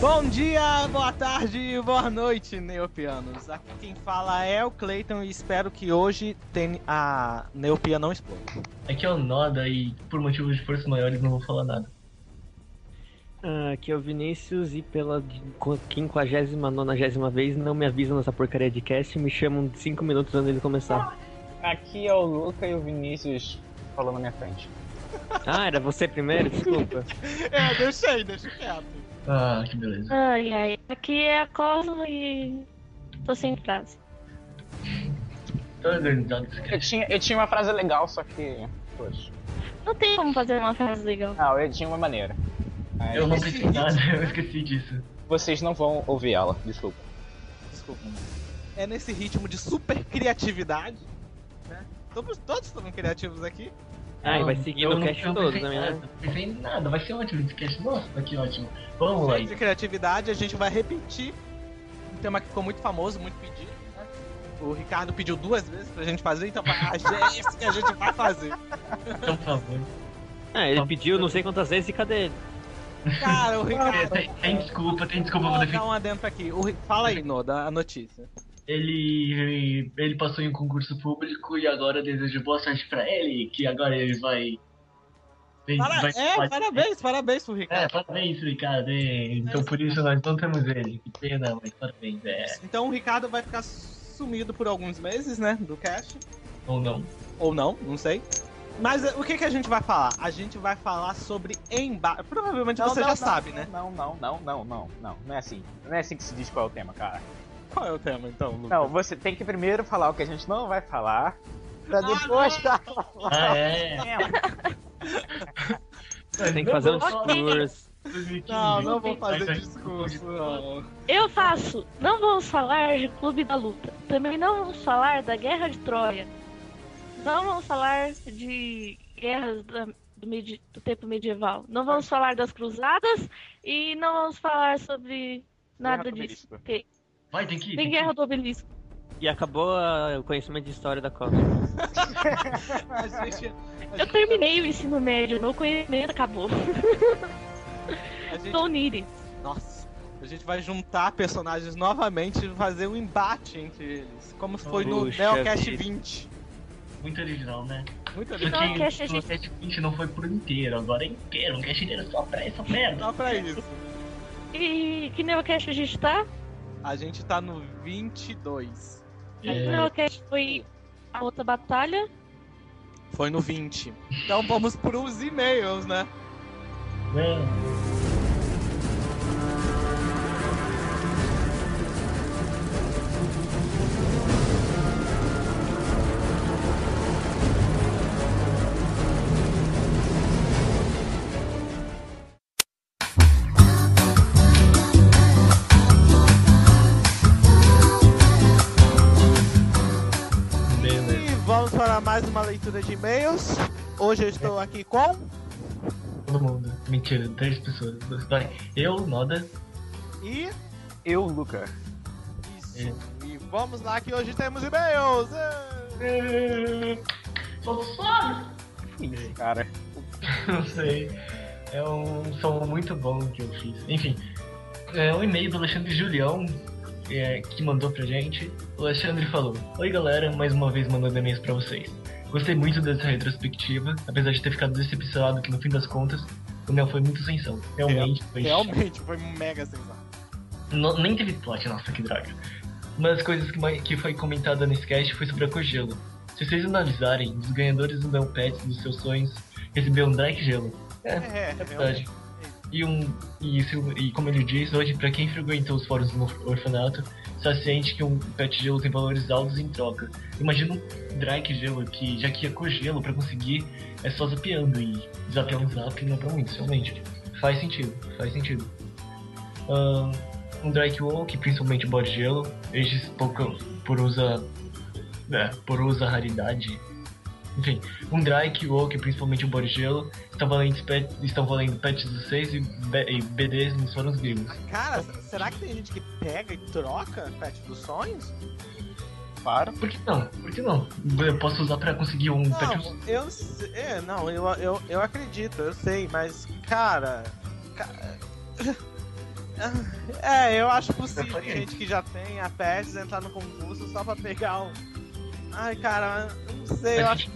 Bom dia, boa tarde, boa noite, neopianos. Aqui quem fala é o Clayton e espero que hoje ten- a neopia não exploda. Aqui é o Noda e por motivos de força maior eles não vão falar nada. Ah, aqui é o Vinícius e pela 59 vez não me avisam nessa porcaria de cast e me chamam 5 minutos antes de começar. Aqui é o Luca e o Vinícius falou na minha frente. Ah, era você primeiro? Desculpa. É, deixa aí, deixa quieto. Ah, que beleza. Ai, ai. Aqui é a Cosmo e. tô sem frase. Tão organizado que você Eu tinha, eu tinha uma frase legal, só que. Poxa. Não tem como fazer uma frase legal. Não, eu tinha uma maneira. Mas Eu não pensei em nada, eu esqueci disso. Vocês não vão ouvir ela, desculpa. Desculpa. É nesse ritmo de super criatividade, né? Todos, todos estamos criativos aqui. Ah, e vai seguir Eu o não- cast eu não todo pensei em também, né? nada, Não pensei em nada, vai ser ótimo esse cast. Nossa, tá que ótimo. Vamos lá. Cheio de criatividade, a gente vai repetir um tema que ficou muito famoso, muito pedido, né? O Ricardo pediu duas vezes pra gente fazer, então a gente que a gente vai fazer. Então, por favor. Ah, ele pediu não sei quantas vezes e cadê ele? Cara, o É, Ricardo. Tem, tem desculpa, tem desculpa Vou pra dar um adentro aqui. O Ri- Fala aí, Noda, a notícia. Ele, ele passou em um concurso público e agora desejo boa sorte pra ele, que agora ele vai. ele Para- vai- É, vai- parabéns, parabéns pro É, Ricardo. parabéns, Ricardo. hein? Então por isso nós não temos ele. Que pena, mas parabéns. É, Então o Ricardo vai ficar sumido por alguns meses, né? Do cast. ou não. Ou não, não sei. Mas eh, o que, que a gente vai falar? A gente vai falar sobre embate. Provavelmente você já Não, não, sabe, não, né? Não, não, não, não, não, não. Não é assim. Não é assim que se diz qual é o tema, cara. Qual é o tema, então, Lucas? Não, você tem que primeiro falar o que a gente não vai falar, Ah, pra depois falar Ah, é. o tema. Tem que fazer um Ok. discurso. Não, não vou fazer Mas- discurso, não. Eu faço. Não vamos falar de Clube da Luta. Também não vamos falar da Guerra de Troia. Não vamos falar de guerras da- do, medi- do tempo medieval. Não vamos falar das cruzadas e não vamos falar sobre nada Guerra do disso. Obelisco. Tem, Vai, tem que ir. tem tem que ir. Guerra do Obelisco. E acabou a- o conhecimento de história da Copa. A gente, Eu terminei o ensino médio, meu conhecimento acabou. a gente, Estou nire. nossa, a gente vai juntar personagens novamente e fazer um embate entre eles. Como foi no Puxa Neocast vida. 20. Muito original, né? Muito Porque legal. Não, o cast a o gente- cast 20 não foi por inteiro, agora é inteiro. O cast inteiro só pra essa merda. Só pra isso. E que neocast a gente tá? A gente tá no 22. Aí o É, neocast foi a outra batalha. Foi no 20. Então vamos pros e-mails, né? né? Beleza. E vamos para mais uma leitura de e-mails. Hoje eu estou aqui com. Todo mundo. Mentira, três pessoas. Duas- Vai. Eu, Noda. E. Eu, Luca. É. Isso. E vamos lá que hoje temos e-mails! É. Ê! Sou foda! Isso, cara. Não sei. É um som muito bom que eu fiz. Enfim, é um e-mail do Alexandre Julião é, que mandou pra gente. O Alexandre falou: Oi galera, mais uma vez mandando e-mails pra vocês. Gostei muito dessa retrospectiva, apesar de ter ficado decepcionado que no fim das contas o meu foi muito sensão. Realmente foi Realmente foi mega sensacional. não- nem teve plot, nossa, que droga. Uma das coisas que, mais- que foi comentada nesse cast foi sobre a Cogelo. Se vocês analisarem, os ganhadores do Neo Pets dos seus sonhos receberam um Drake Gelo. É, É verdade. realmente. E, um, e, isso- e como ele diz, hoje, pra quem frequentou os fóruns do or- orfanato, só sente que um pet gelo tem valores altos em troca. Imagina um Drake gelo que, já que é cogelo, pra conseguir é só zapeando. E zapear um zap não é pra muito, realmente. Faz sentido, faz sentido. Ahn, um Drake Walk, principalmente bode gelo, estes pouco por usa. É, por usa raridade. Enfim, um Drake Walk, principalmente o bode gelo, estão valendo, pet, estão valendo patches do 6 e, B- e BDs nos fóruns gringos. Cara, será que tem gente que pega e troca pet dos sonhos? Claro. É Por que não? Por que não? Eu posso usar pra conseguir um patch. Não, eu. se- É, não, eu, eu, eu acredito, eu sei, mas, cara. ca- É, eu acho possível Exatamente. gente que já tem a PES entrar no concurso só pra pegar um. Ai, cara, eu não sei, eu Mas, acho.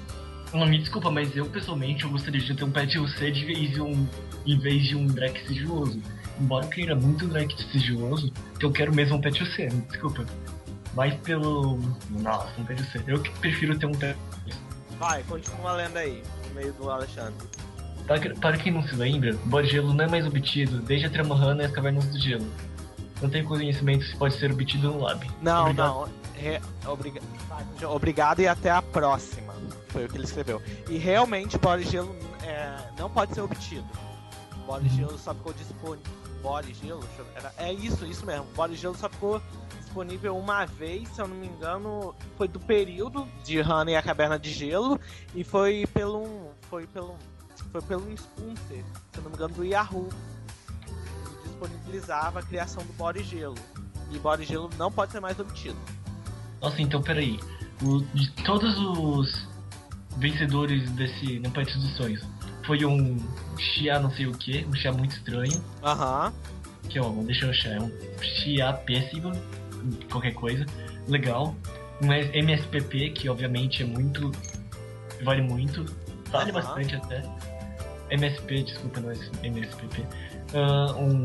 Não, me desculpa, mas eu pessoalmente eu gostaria de ter um Pet UC de vez de um, em vez de um Drake sigiloso. Embora eu queira muito um Drake sigiloso, eu quero mesmo um Pet UC, me desculpa. Mas pelo. Nossa, um Pet UC. Eu que prefiro ter um Pet Vai, continua lendo aí, no meio do Alexandre. Para, que- para quem não se lembra, Borgelo não é mais obtido desde a Tramohana e as Cavernas do Gelo. Não tem conhecimento se pode ser obtido no lab. Não, Obrigado. não. Re- obriga- Obrigado e até a próxima. Foi o que ele escreveu. E realmente, bode gelo é, não pode ser obtido. Bode gelo só ficou disponível. Bode gelo? deixa eu ver, era- É isso, isso mesmo. Bode gelo só ficou disponível uma vez, se eu não me engano, foi do período de Hannah e a Caverna de Gelo e foi pelo um, foi pelo foi pelo Spunter, se eu não me engano, do Yahoo. que Disponibilizava a criação do bode gelo e bode gelo não pode ser mais obtido. Nossa, então peraí. O, de todos os vencedores desse No Pet dos Sonhos, foi um Xia não sei o que, um Xia muito estranho. Aham. Que ó, deixa eu achar, é um Xia péssimo, qualquer coisa. Legal. Um MSPP, que obviamente é muito. Vale muito. Vale Aham. bastante até. MSP, desculpa, não é esse- MSPP. Ah, um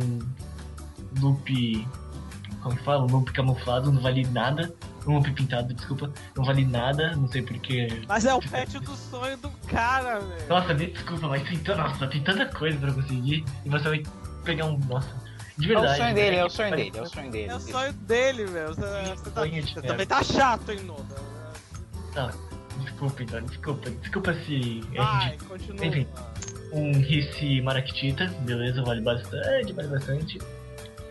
loop. Como que fala? Um loop camuflado, não vale nada. Um loop pintado, desculpa. Não vale nada, não sei porquê. Mas é o pet do sonho do cara, velho. Nossa, me desculpa, mas tem, tan- nossa, tem tanta coisa pra conseguir. E você vai pegar um. Nossa. De É verdade. né? o sonho dele, é o sonho Mas- dele, é o sonho dele. É o sonho dele, velho. Você, você tá- Sonho de você merda. também tá chato, hein, Noda? Tá, desculpa então, desculpa. Desculpa se é Vai, continua. Enfim. um Rice Maractita, beleza, vale bastante, vale bastante.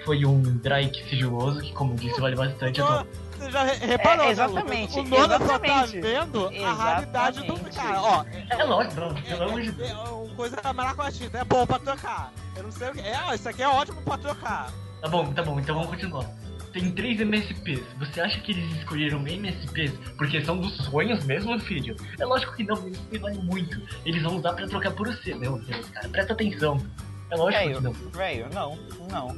Foi um Drake sigiloso, que como eu disse, vale bastante. Noda, Então, Você já re- reparou, É, né, Luca? exatamente, O Noda só tá exatamente. vendo a raridade do Exatamente. cara. Ó, é lógico, não, é, pelo amor de é, Deus. é uma coisa maracuatita, é bom pra trocar. Eu não sei o que. É, ó, isso aqui é ótimo pra trocar. Tá bom, tá bom, então vamos continuar. Tem três MSPs. Você acha que eles escolheram MSPs porque são dos sonhos mesmo, filho? É lógico que não, MSP vale muito. Eles vão usar pra trocar por você, meu Deus, cara. Presta atenção. É lógico Velho, que não. velho, não, não,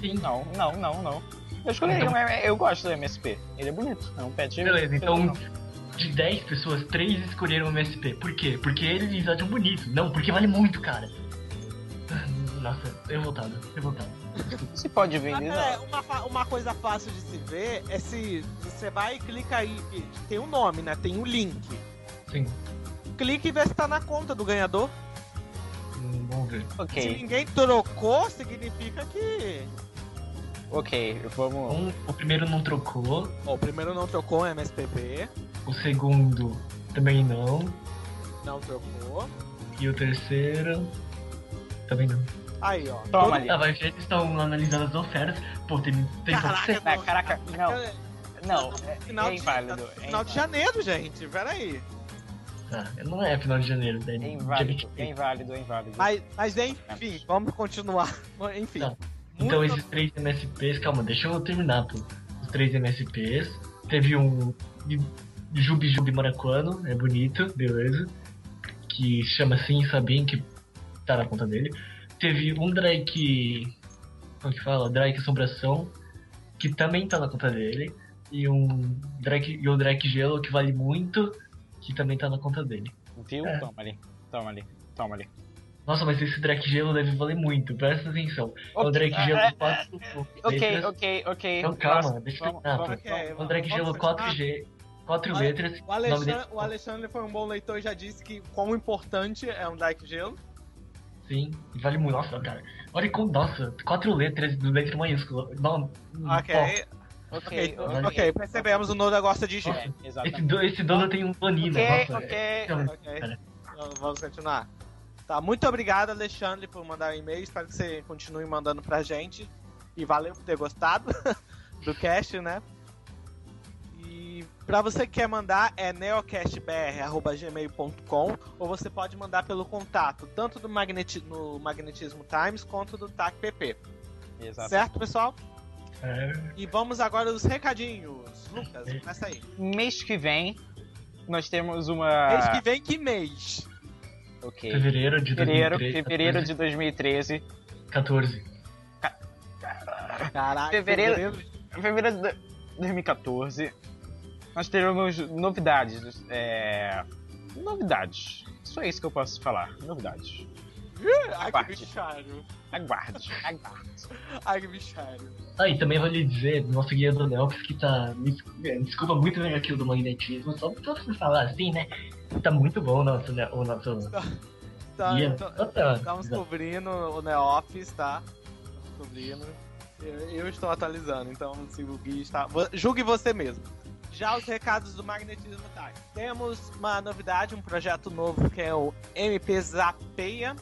Sim. não, não, não, não. Eu escolheria um, M- eu gosto do MSP. Ele é bonito, é um pet. Então- Beleza, não. então de 10 pessoas, 3 escolheram o MSP. Por quê? Porque eles acham bonito. Não, porque vale muito, cara. Ah, Nossa, revoltado, revoltado. tipo- Se pode vir, Mas, não. pera, uma, fa- uma coisa fácil de se ver é se você vai e clica aí, que tem um nome, né? Tem um link. Sim, Clique e vê se tá na conta do ganhador. hum, vamos ver. Se Ok, ninguém trocou, significa que. ok, vamos. Um, o primeiro não trocou, Ó, o primeiro não trocou é MSPP, o segundo também não, não trocou. e o terceiro também não. Aí, ó. Toma ali. Ah, vai ver, eles estão analisando as ofertas. Pô, tem, tem Caraca, Ah, não. caraca, não, É, não, Final é, é de- inválido. é Final de janeiro, gente, peraí. Ah, não é final de janeiro, né? É Dia inválido, 23. é inválido, é inválido. Mas, mas enfim, vamos continuar. Enfim. É. Não. Muito Então esses três MSPs, calma, deixa eu terminar, pô. Os três MSPs, teve um Jubi Jubi Maracuano, é bonito, beleza. Que se chama assim, Sabin, que tá na conta dele. Teve um Drake. Como é que fala? Drake Assombração, que também tá na conta dele. E um Drake. E o Drake Gelo, que vale muito, que também tá na conta dele. Viu? É. Toma ali, toma ali, toma ali. Nossa, mas esse Drake Gelo deve valer muito, presta atenção. É o Drake Gelo 4. Ok, ok, ok. Então calma, Nossa, deixa eu vamos- terminar, vamos- Ok, vamos- vamos- O Drake é vamos Gelo continuar? 4G, 4 Olha, letras. O nome dele- Alexandre, o Alexandre foi um bom leitor e já disse que quão importante é um like gelo. Sim, vale muito. Nossa, cara. Olha como. Nossa, 4 letras do letra maiúsculo. Não, Ok, ó, Ok, Hum, ok, ok, percebemos, o Noda gosta de gelo. É, esse, exatamente. do, esse dono tem um banino. Ok, nossa, ok. é- Ok, então vamos continuar. Tá, muito obrigado, Alexandre, por mandar o e-mail. Espero que você continue mandando pra gente. E valeu por ter gostado do cast, né? E pra você que quer mandar, é neocastbr.gmail.com ou você pode mandar pelo contato, tanto do magneti no Magnetismo Times quanto do TACPP. Exato. Certo, pessoal? é, E vamos agora os recadinhos. Lucas, começa aí. Mês que vem, nós temos uma. Mês que vem, que mês? Ok. fevereiro de Fevereiro, 2013. fevereiro de 2013. 14. Caraca, Fevereiro- Em fevereiro de 2014, nós tivemos novidades. É... Novidades. Só isso que eu posso falar. Novidades. Ai, que Parte. bicharo. Aguarde, aguarde. Ai, que bicharo. Ah, e também vale dizer, nosso guia do Nelps que tá. me des- é, Desculpa muito ver aquilo do magnetismo, só pra você falar assim, né? Tá muito bom o nosso. ne- O nosso Tá, guia. então- Opa, Estamos cobrindo o Neoffice, tá? Estamos cobrindo. Eu, eu estou atualizando, então se o Gui está. vo- Julgue você mesmo. Já os recados do magnetismo tá. Temos uma novidade, um projeto novo que é o MP Zapeia,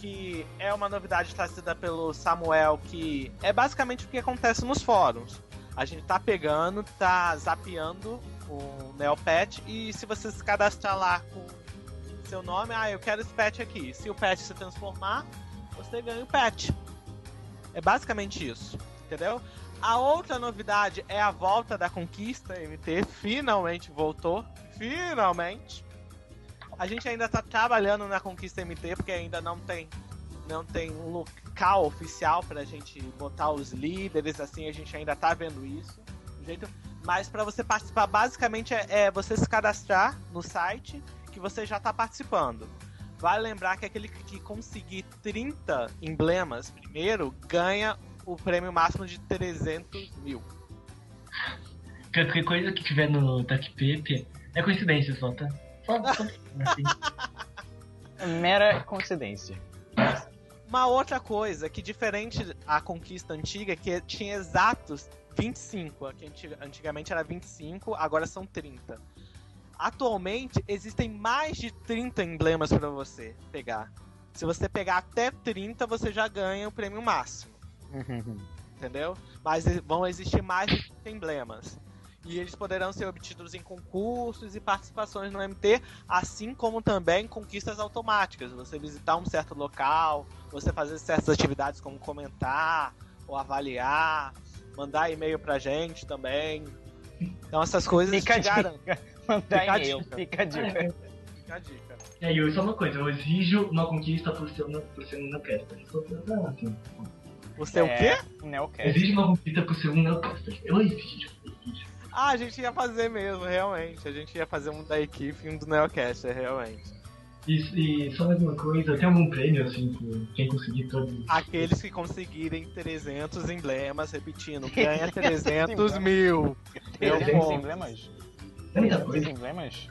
que é uma novidade trazida pelo Samuel, que é basicamente o que acontece nos fóruns. A gente tá pegando, tá zapeando o Neopet e se você se cadastrar lá com seu nome, ah, eu quero esse pet aqui. Se o pet se transformar, você ganha o pet. É basicamente isso, entendeu? A outra novidade é a volta da conquista MT, finalmente voltou, finalmente. A gente ainda tá trabalhando na conquista MT porque ainda não tem não tem um local oficial pra gente botar os líderes assim, a gente ainda tá vendo isso. do jeito- Mas pra você participar basicamente é- é você se cadastrar no site que você já está participando. Vale lembrar que aquele que conseguir 30 emblemas primeiro ganha o prêmio máximo de 300 mil. Qualquer coisa que tiver no TacPep é coincidência só, tá? Só, só assim. Mera coincidência. Uma outra coisa que diferente da conquista antiga, que tinha exatos 25, a que anti- antigamente era 25, agora são 30. Atualmente existem mais de 30 emblemas para você pegar. Se você pegar até 30, você já ganha o prêmio máximo. entendeu? Mas e- vão existir mais de 30 emblemas. E eles poderão ser obtidos em concursos e participações no MT, assim como também conquistas automáticas. Você visitar um certo local, você fazer certas atividades como comentar ou avaliar, mandar e-mail pra gente também. Então essas coisas Fica a te garantem. dica. Mandar Fica a e-mail. dica. Tá Fica a dica. Fica a dica. E aí, eu- só uma coisa, eu exijo uma conquista por ser uma, por ser um Neocaster. Só pra- ah, assim. Você é É. o quê? É. Eu Neocast. exijo uma conquista por ser um Neocaster. Eu exijo, eu exijo. Ah, a gente ia fazer mesmo, realmente. A gente ia fazer um da equipe e um do Neocaster, realmente. E, e só mais uma coisa, tem algum prêmio assim pra quem conseguir todos? Aqueles que conseguirem 300 emblemas, repetindo, ganha 300 300 mil. Eu 300 vou. emblemas? É muita 300 coisa. emblemas?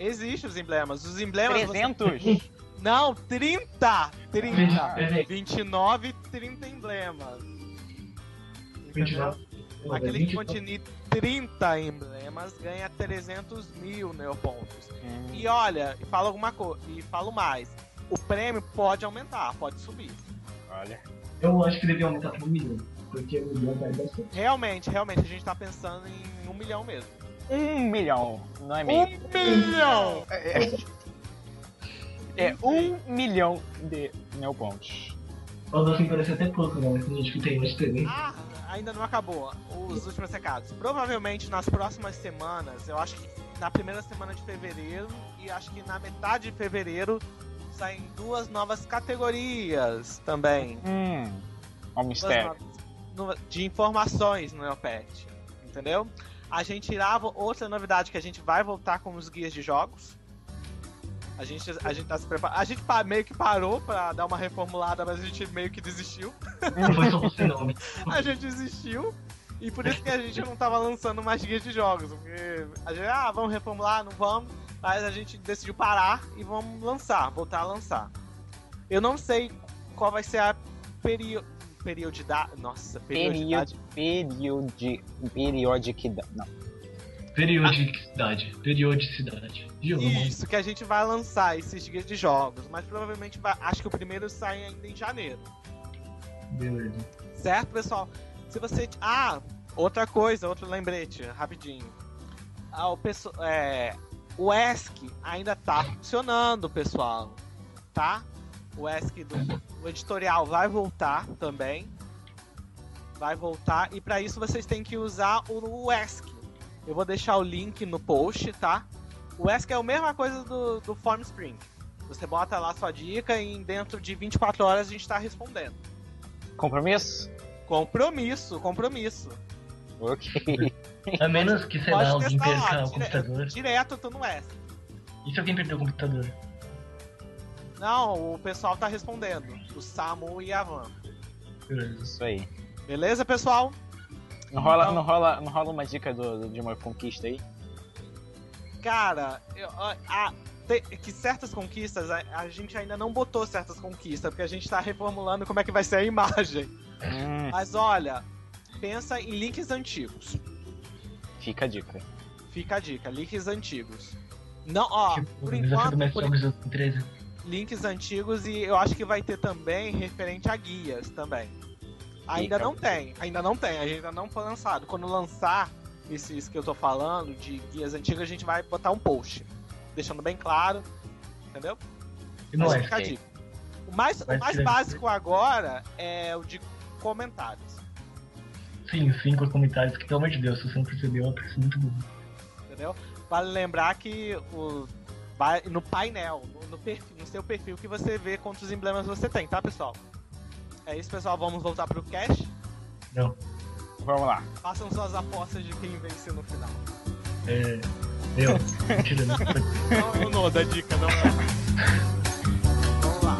Existem os emblemas. Os emblemas. você- 300? Não, 30! 30! Ah. É, é, 29, 30 emblemas. Entendeu? 29. Aquele que 29. continue 30 emblemas ganha 300 mil neopontos. E olha, e fala alguma coisa, e falo mais. O prêmio pode aumentar, pode subir. Olha. Eu acho que devia aumentar para um milhão, porque um milhão vai bastante. Realmente, realmente, a gente tá pensando em um milhão mesmo. Um milhão. Não é Um meio. milhão! É um milhão de neopontos. Falando assim parece até pouco, né? Mas tem gente que tem mais de 300. Ah, ainda não acabou os últimos recados. Provavelmente nas próximas semanas, eu acho que na primeira semana de fevereiro e acho que na metade de fevereiro saem duas novas categorias também. Hum. Ó o Duas mistério. novas no- de informações no Neopet, entendeu? A gente irá vo- outra novidade que a gente vai voltar com os guias de jogos. A gente, a gente tá se preparando. A gente pa- meio que parou pra dar uma reformulada, mas a gente meio que desistiu. Não foi só você não, né? a gente desistiu. E por isso que a gente não tava lançando mais guias de jogos. Porque a gente, ah, vamos reformular, não vamos. Mas a gente decidiu parar e vamos lançar, voltar a lançar. Eu não sei qual vai ser a perio... periodidade. Nossa, periodidade. Período. Periodi, periodicidade. Não. Periodicidade. Periodicidade. De novo. Isso, que a gente vai lançar esses guias de jogos. Mas provavelmente vai- acho que o primeiro sai ainda em janeiro. Beleza. Certo, pessoal? Se você. Ah, outra coisa, outro lembrete, rapidinho. Ah, o, pesso- é, o ESC ainda tá funcionando, pessoal. Tá? O ESC do o editorial vai voltar também. Vai voltar. E para isso vocês têm que usar o, o ESC. Eu vou deixar o link no post, tá? O ESC é a mesma coisa do, do Form Spring. Você bota lá sua dica e dentro de 24 horas a gente está tá respondendo. Compromisso? Compromisso, compromisso. Ok. A menos que, sei lá, é alguém perca o dire- computador. Direto é. eu tô no S. E se alguém perder o computador? Não, o pessoal tá respondendo. O Samu e a Van. Beleza. Isso aí. Beleza, pessoal? Não rola, Então- não rola, não rola uma dica do- do- de uma conquista aí? Cara, eu- a- a- te- que certas conquistas, a, a gente ainda não botou certas conquistas, porque a gente tá reformulando como é que vai ser a imagem. Hum, Mas olha, pensa em links antigos. fica a dica. Fica a dica, links antigos. Não, ó, Tipo, por o desafio do enquanto, por Mestre é Jogos 2013. links antigos e eu acho que vai ter também referente a guias também. Ainda Ih, não cara. tem, ainda não tem, ainda não foi lançado. Quando lançar esse- isso que eu tô falando de guias antigas, a gente vai botar um post, deixando bem claro, entendeu? E não Mas é. fica a ok. dica. O mais, o Mas mais que- básico agora é o de comentários, Sim, sim, com os comentários, que pelo amor de Deus, se você não percebeu, é porque isso é muito bom. entendeu? Vale lembrar que o, vai no painel, no, no perfil- no seu perfil que você vê quantos emblemas você tem, tá, pessoal? É isso, pessoal. Vamos voltar pro cash. Não. Vamos lá. Façam suas apostas de quem venceu no final. É. Eu. Mentira, não foi. Não é o Noda, da dica, não é. Vamos lá.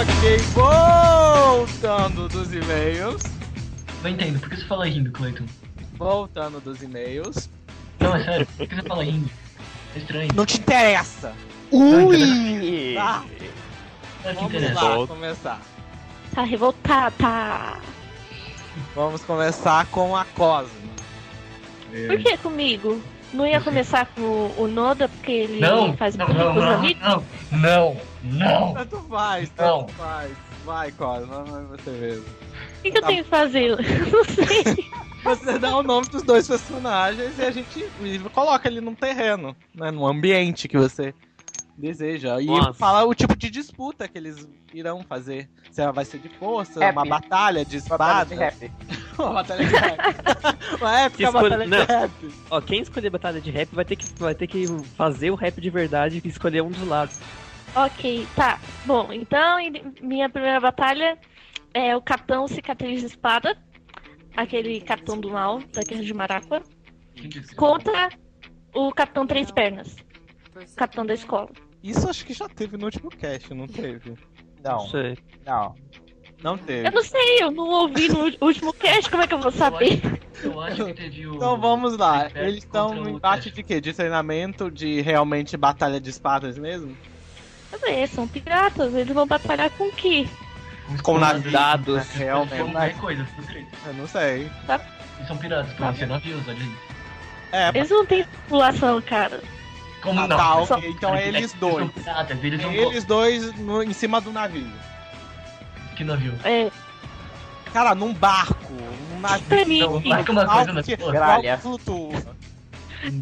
Ok, voltando dos e-mails. Não entendo, por que você fala rindo, Clayton? Voltando dos e-mails. Não, é sério, por que você fala rindo? É estranho. Não te interessa! Ui! Tá? Não é que Vamos interessa. lá começar. Tá revoltada. Vamos começar com a Cosmo. É. Por que comigo? Não ia começar com o Noda, porque ele Não, faz não, bullying não, com os não, amigos? não, não, não. Tanto faz, Não. tanto faz. Vai, Cosmo, vai você mesmo. O que, que eu Tá. tenho que fazer? Eu não sei. Você dá o nome dos dois personagens e a gente coloca ele num terreno, né? Num ambiente que você deseja. E Nossa. fala o tipo de disputa que eles irão fazer. Se ela vai ser de força, Rap. uma batalha de Batalha espada. de rap. Uma batalha de rap. uma épica Que escolha- batalha não. de rap. Ó, quem escolher batalha de rap vai ter que, vai ter que fazer o rap de verdade e escolher um dos lados. ok, tá. Bom, então em- minha primeira batalha é o Capitão Cicatriz de Espada, aquele Capitão do Mal da Guerra de Maracua, contra o Capitão Três Pernas, o Capitão da Escola. Isso acho que já teve no último cast, não teve? Não, Isso é- aí. não. Não Eu teve. não sei, eu não ouvi no último cast, como é que eu vou saber? Eu acho que teve o. Então vamos lá. Teste Eles estão contra no o embate teste. de quê? De treinamento? De realmente batalha de espadas mesmo? Eu sei, são piratas, eles vão batalhar com o quê? Os Com piratas, navios, né? É, realmente. Qualquer coisa, são três. Eu não sei. Eles são piratas, Tá. pra ser navios, olha aí. É, Eles não têm população, cara. Como Ah, não? tá, Só- ok. Então é eles dois. Eles são piratas, eles são. É eles dois no- em cima do navio. Que navio? É, Cara, num barco, num navio. pra mim, Não, marca é uma coisa na que sua. Gralha. algo flutua.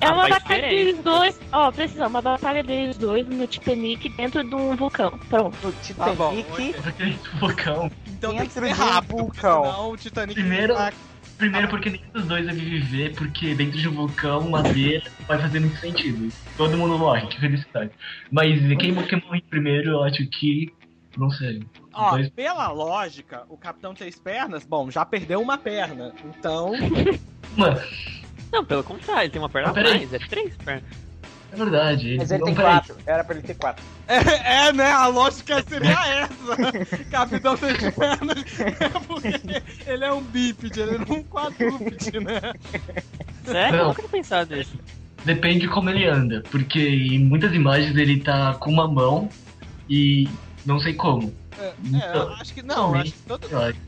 É uma Rapaz, batalha diferente. deles dois. Ó, precisa, uma batalha deles dois no Titanic dentro de um vulcão. Pronto. No Tá bom, Titanic, Aquele vulcão. Então tem que Dentro ser de um rápido. vulcão. Não, o Titanic. Primeiro- tá- Primeiro porque nenhum dos dois deve viver, porque dentro de um vulcão, uma abelha vai fazer muito sentido. Todo mundo morre, que felicidade. Mas quem Uhum. quem morre primeiro, eu acho que. Não sei. Ó, Dois- pela lógica, o Capitão Três Pernas, bom, já perdeu uma perna. Então, Mano, Não, pelo contrário, ele tem uma perna Ah, a peraí. mais, é três pernas. é verdade. mas ele tem peraí. quatro. Era pra ele ter quatro. é, é, né? A lógica seria essa. Capitão Três Pernas. É porque ele é um bípede, ele não é um quadrúpede, né? Sério? Eu Não. nunca tinha pensado nisso. Depende como ele anda, porque em muitas imagens ele tá com uma mão e não sei como. É, é, Então, eu acho que não. Acho que todo, Eu acho.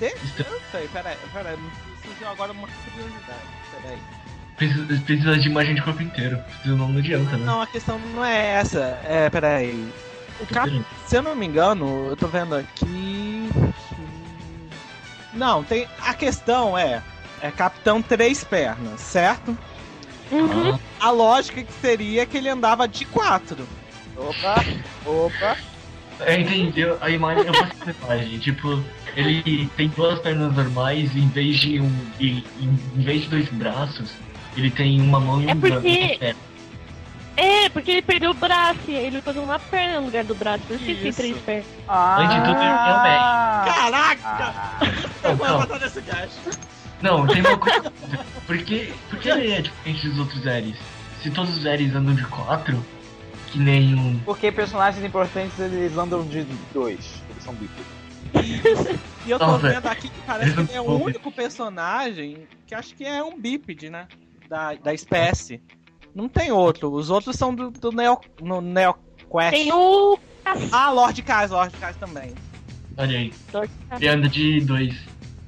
Eu sei, peraí, peraí, me surgiu agora uma curiosidade. Peraí. Precisa, precisa de imagem de corpo inteiro. Precisa não, não adianta, né? Não, a questão não é essa. É, peraí. O cap... Se eu não me engano, eu tô vendo aqui. Não, tem. A questão é. É Capitão Três Pernas, certo? Ah, Uhum. A lógica que seria que ele andava de quatro. Opa, opa. É, entendeu? A imagem, eu faço essa imagem. Tipo, ele tem duas pernas normais em vez de um. e- Em, em vez de dois braços, ele tem uma mão e um É porque- braço. É, É, porque ele perdeu o braço e aí ele pôs uma perna no lugar do braço. Por isso que ele tem Isso. três pernas. Antes de tudo, ele é um médico. Caraca! Ah, Eu não. vou botar nesse gajo. Não, tem uma coisa. Por que, por que ele é diferente dos outros Ares? Se todos os Ares andam de quatro, que nem um. porque personagens importantes eles andam de dois. Eles são bípedes. E eu tô Não, velho. vendo aqui que parece que Eles ele é o não são único personagem que acho que é um bípede, né? Da, da espécie. Não tem outro. Os outros são do, do Neo, no Neo Quest. É. um- Tem o. Ah, Lord Kaz, Lord Kaz também. Olha aí, ele anda de dois.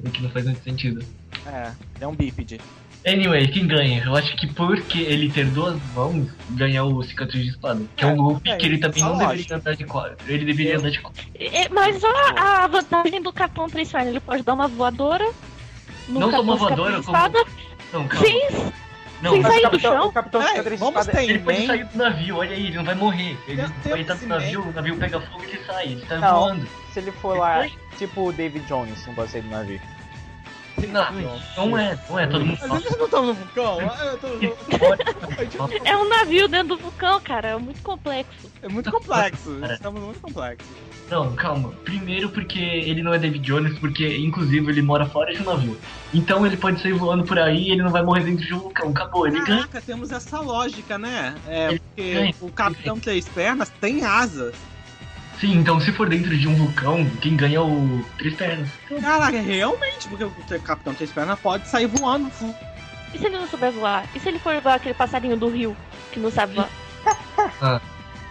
O que não faz muito sentido. É, ele é um bípede. Então, Anyway, quem ganha? Eu acho que porque ele ter duas mãos, ganha o cicatriz de espada. Que é um golpe é, que ele também tá não lógico. deveria andar de quatro. Ele deveria Eu- andar de quatro. É, Mas olha a vantagem do Capitão Três Pernas. Ele pode dar uma voadora. no Não só uma Capitão Fica voadora, Três Espadas. Não, calma. Sim, não, sim, mas sai o do capitão, chão? o capitão Peraí, fica três vamos espadas- ter ele em pode mente. sair do navio, olha aí, ele não vai morrer. Ele Tem- tem vai estar esse no navio, o navio pega fogo e ele sai. Ele tá Não. voando. Se ele for lá, tipo o David Jones, não pode sair do navio. Não, não é, não é, todo mundo Mas eles não estão no vulcão? Eu tô- É um navio dentro do vulcão, cara. É muito complexo. É muito complexo. Estamos muito complexos. Não, calma. Primeiro porque ele não é David Jones, porque inclusive ele mora fora de um navio. Então ele pode sair voando por aí e ele não vai morrer dentro de um vulcão. Acabou, ele ganha. Caraca, temos essa lógica, né? É, Ele porque ganha. o Capitão Três Pernas tem asas. Sim, então se for dentro de um vulcão, quem ganha é o Três Pernas. Caraca, realmente, porque o Capitão Três Pernas pode sair voando. E se ele não souber voar? E se ele for igual aquele passarinho do rio que não sabe voar?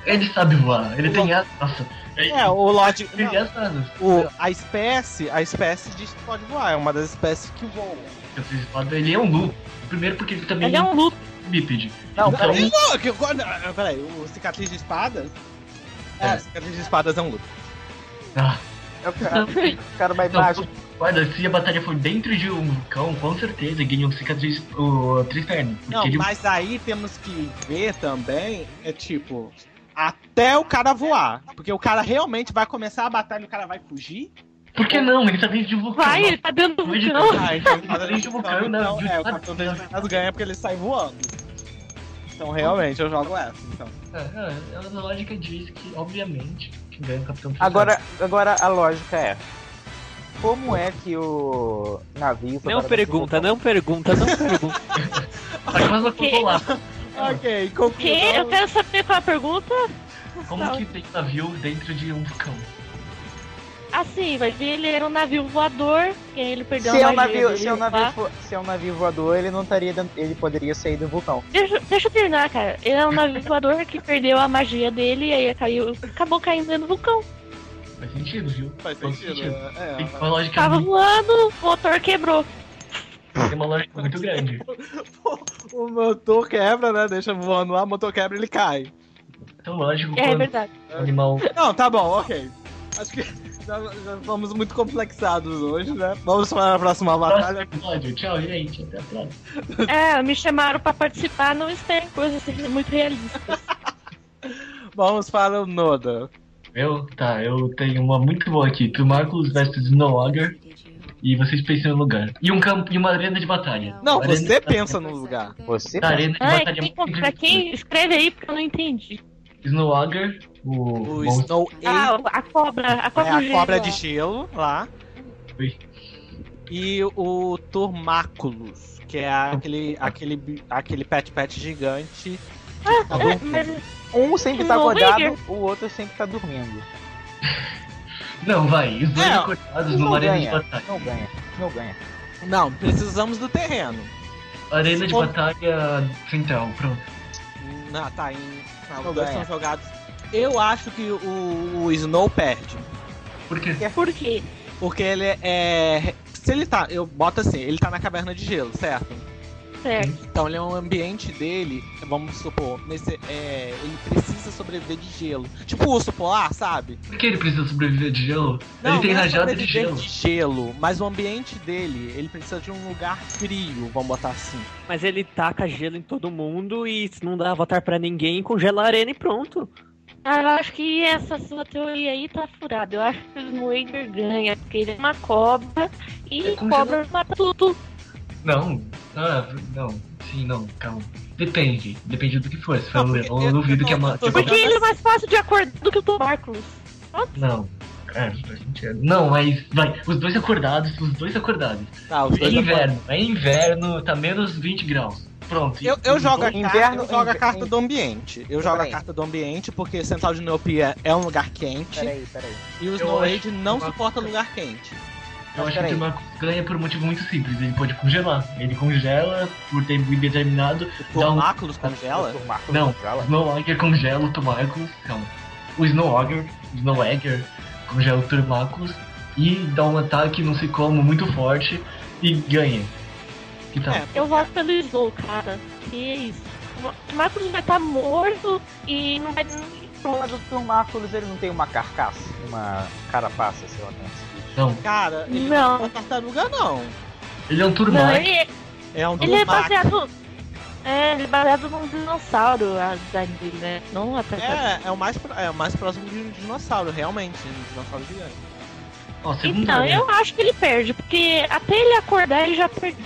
Ele sabe voar, ele tem asas. Nossa, É, o Lorde. ele tem as asas. O, a espécie, a espécie diz que pode voar, é uma das espécies que voa. Eu fiz espada, Ele é um loop. Primeiro porque ele também Ele é um loop. um bípede. Não, então, peraí. Pô, que- quando- ah, Peraí, o cicatriz de espadas? É, É. cicatriz de espadas é um luto. ah, Eu quero, eu quero então, uma imagem. guarda, se a batalha for dentro de um vulcão, com certeza ganha o cicatriz, o Três Pernas. Porque Não, ele mas aí temos que ver também, é tipo, até o cara voar. Porque o cara realmente vai começar a batalha e o cara vai fugir. Por que não? Ele tá dentro de um vulcão. Vai, ele tá dentro do Não é de vulcão. Ah, então, Ele voando, né? então, é, o Capitão das Espadas ganha porque ele sai voando. Então realmente eu jogo essa, então. É, é, a lógica diz que, obviamente, que ganha o Capitão Frio. Agora, agora a lógica é. Como é que o navio. foi Não para pergunta, não pergunta, não pergunta. Mas quase Ok. ficou lá. Ok, Que? Eu concluindo. quero saber qual é a pergunta. Como que tem navio dentro de um vulcão? Assim, mas ele era um navio voador, e aí ele perdeu Se a é, um magia navio, tá dele tá? se, é um voar. navio, vo- se é um navio voador, ele não estaria dentro- ele poderia sair do vulcão. Deixa, deixa eu terminar, cara. Ele era um navio voador que perdeu a magia dele, e aí caiu, acabou caindo dentro do vulcão. Faz sentido, viu? Faz sentido. É, Tem é. uma lógica, Tava muito, voando, o motor quebrou. tem uma lógica muito grande. O motor quebra, né? Deixa voando lá, o motor quebra ele cai. Então, lógico, É, é quando verdade. o animal... Não, tá bom, ok. Acho que já, já fomos muito complexados hoje, né? Vamos para a próxima Próximo batalha. episódio. Tchau, gente. Até a próxima. É, me chamaram pra participar, não esperem coisas assim, muito realistas. Vamos para o Noda. Eu, tá, eu tenho uma muito boa aqui. Tu Marcos versus Noager e vocês pensam em um lugar. E, um campo, e uma arena de batalha. Não, Arena- você pensa no lugar. Você tá, A arena de Ai, batalha é quem, muito Ah, pra quem escreve aí, porque eu não entendi. Snowager, o, O monstro, Snow Ah, Ape a cobra, a é cobra, do a gelo cobra lá. de gelo lá. Ui. E o Turmáculos, que é aquele, aquele, bi- aquele pet-pet gigante. Ah, Tá é, bom. mas Um sempre tá Não, acordado, Wager. o outro sempre tá dormindo. Não, vai. Os dois É, acordados Não numa arena de ganha, batalha. não ganha, não ganha. Não, precisamos do terreno. Arena de Bom. batalha central, pronto. Ah, tá. Em... Ah, os Não dois ganha. são jogados. Eu acho que o, o Snow perde. Porque por quê? Porque ele é. Se ele tá. Eu boto assim, ele tá na caverna de gelo, certo? Certo. Então ele é um ambiente dele, vamos supor, nesse, é, ele precisa sobreviver de gelo. Tipo o urso polar, sabe? Por que ele precisa sobreviver de gelo? Não, ele tem não é rajada de sobreviver gelo. de gelo, mas o ambiente dele, ele precisa de um lugar frio, vamos botar assim. Mas ele taca gelo em todo mundo e se não dá avatar pra ninguém, congela a arena e pronto. Ah, eu acho que essa sua teoria aí tá furada. Eu acho que o Wader ganha, porque ele é uma cobra e É como cobra mata tudo. Não, ah, não, sim, não, calma. Depende, depende do que for. Se for Não, um porque leão, eu- eu duvido eu que é tô- uma. eu tô que é uma- Porque ele é mais fácil de acordar do que o Tobaclos. Não, é, faz sentido. Não, mas vai, os dois acordados, os dois acordados. Tá, os É dois acordam. inverno, é inverno, tá menos 20 graus. Pronto. Eu, eu jogo, a Inverno- carta, eu jogo a inver- carta do ambiente. Eu jogo a Peraí. carta do ambiente porque Central de Neopia é um lugar quente Peraí, peraí. e os Eu Noade não uma- suportam lugar quente. Eu acho que o peraí. Timaco ganha por um motivo muito simples, ele pode congelar. Ele congela por tempo indeterminado, dá um Tornáculos congela? O Marco Não. congela? Snowagger congela o Tomacus, calma. O Snowagger, Snowagger congela o Tomacus e dá um ataque num ciclomo muito forte e ganha. Que tal? É, Eu voto pelo Slow, cara. Que é isso. O Marcos vai estar morto e não vai. Mas o Turmáculos, ele não tem uma carcaça? Uma carapaça, sei lá como é que se diz. Não, Cara, ele não, é Não. uma tartaruga, não. Então, ele é um Não, Turmac. ele, É um ele é Dormammu. baseado. É, ele é baseado num dinossauro, a design dele, né? Não a tartaruga. É, é o mais, pro- é o mais próximo de um dinossauro, realmente. Um dinossauro gigante. Ó, segundo, Então, Arena, eu acho que ele perde, porque até ele acordar ele já perdeu.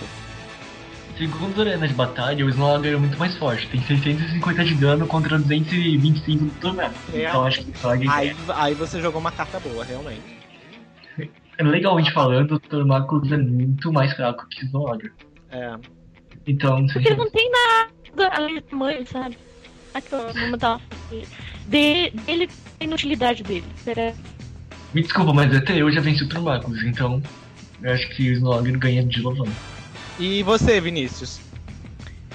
segundo a Arena de Batalha, o Snowagger é muito mais forte. Tem 650 de dano contra 225 do Tomacus. É. Então acho que o Snowagger Aí, aí você jogou uma carta boa, realmente. é, Legalmente falando, o Tomacus é muito mais fraco que o Snowagger. É. Então, não sei Porque se- ele não tem nada além do tamanho, sabe? Aqui, ó, vou mandar uma foto dele. De, dele, da inutilidade dele. Pera- Me desculpa, mas até eu já venci o Turmacus, então eu acho que o Snowagger ganha de lavando. E você, Vinícius?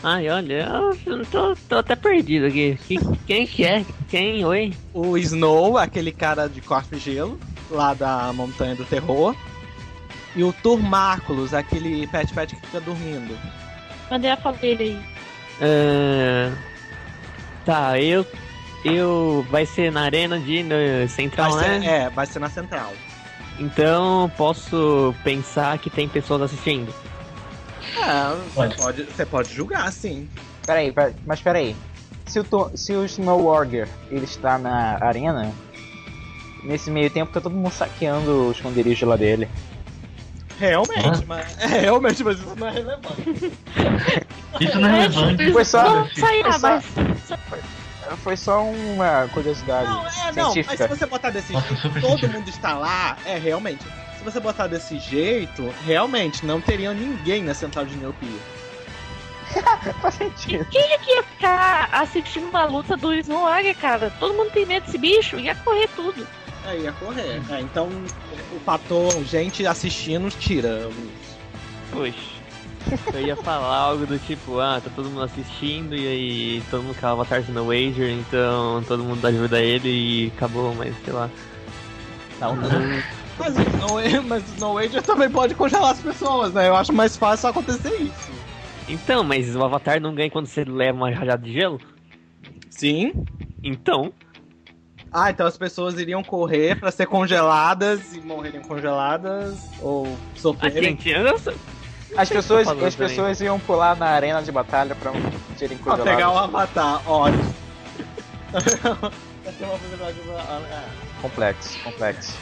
Ai, olha, eu não tô, tô até perdido aqui. Que- quem que é? Quem? Oi? O Snow, aquele cara de corte gelo, lá da Montanha do Terror. E o Turmáculos, aquele pet pet que fica dormindo. Mandei a foto dele aí. Ah, tá, eu. Eu. Vai ser na arena de no- Vai Central, ser, né? é, vai ser na central. Então posso pensar que tem pessoas assistindo. É, você Pode. pode, você pode julgar, sim. Peraí, peraí, mas peraí. Se o, Tur- se o Snow Warrior, ele está na arena, nesse meio tempo tá todo mundo saqueando o esconderijo lá dele. Realmente, mas. É, realmente, mas isso não é relevante. Isso não é relevante. Foi só- tipo, Não, saiu, foi só- mas. Foi só uma curiosidade Não, é, não, mas se científica. você botar desse Nossa, jeito, super todo científico. mundo está lá, é realmente. Se você botar desse jeito, realmente não teria ninguém na central de miopia. Faz sentido. Quem é que ia ficar assistindo uma luta do Snowag, cara? Todo mundo tem medo desse bicho, ia correr tudo. É, ia correr. É, então o fator gente assistindo tira. Poxa. Eu ia falar algo do tipo, ah, tá todo mundo assistindo e aí todo mundo quer o avatar no Wager, então todo mundo ajuda ele e acabou, mas sei lá. Tá um Mas o Snow, mas o Snow Age também pode congelar as pessoas, né? Eu acho mais fácil acontecer isso. Então, mas o avatar não ganha quando você leva uma rajada de gelo? Sim. Então, Ah, então as pessoas iriam correr pra ser congeladas e morreriam congeladas ou sofrerem. assim, eu sou- As sei o que pessoas, eu tô falando as pessoas iam pular na arena de batalha pra um serem Ó, pegar o congeladas. avatar, ótimo. Vai ter uma possibilidade de- ah, é. Complexo, complexo.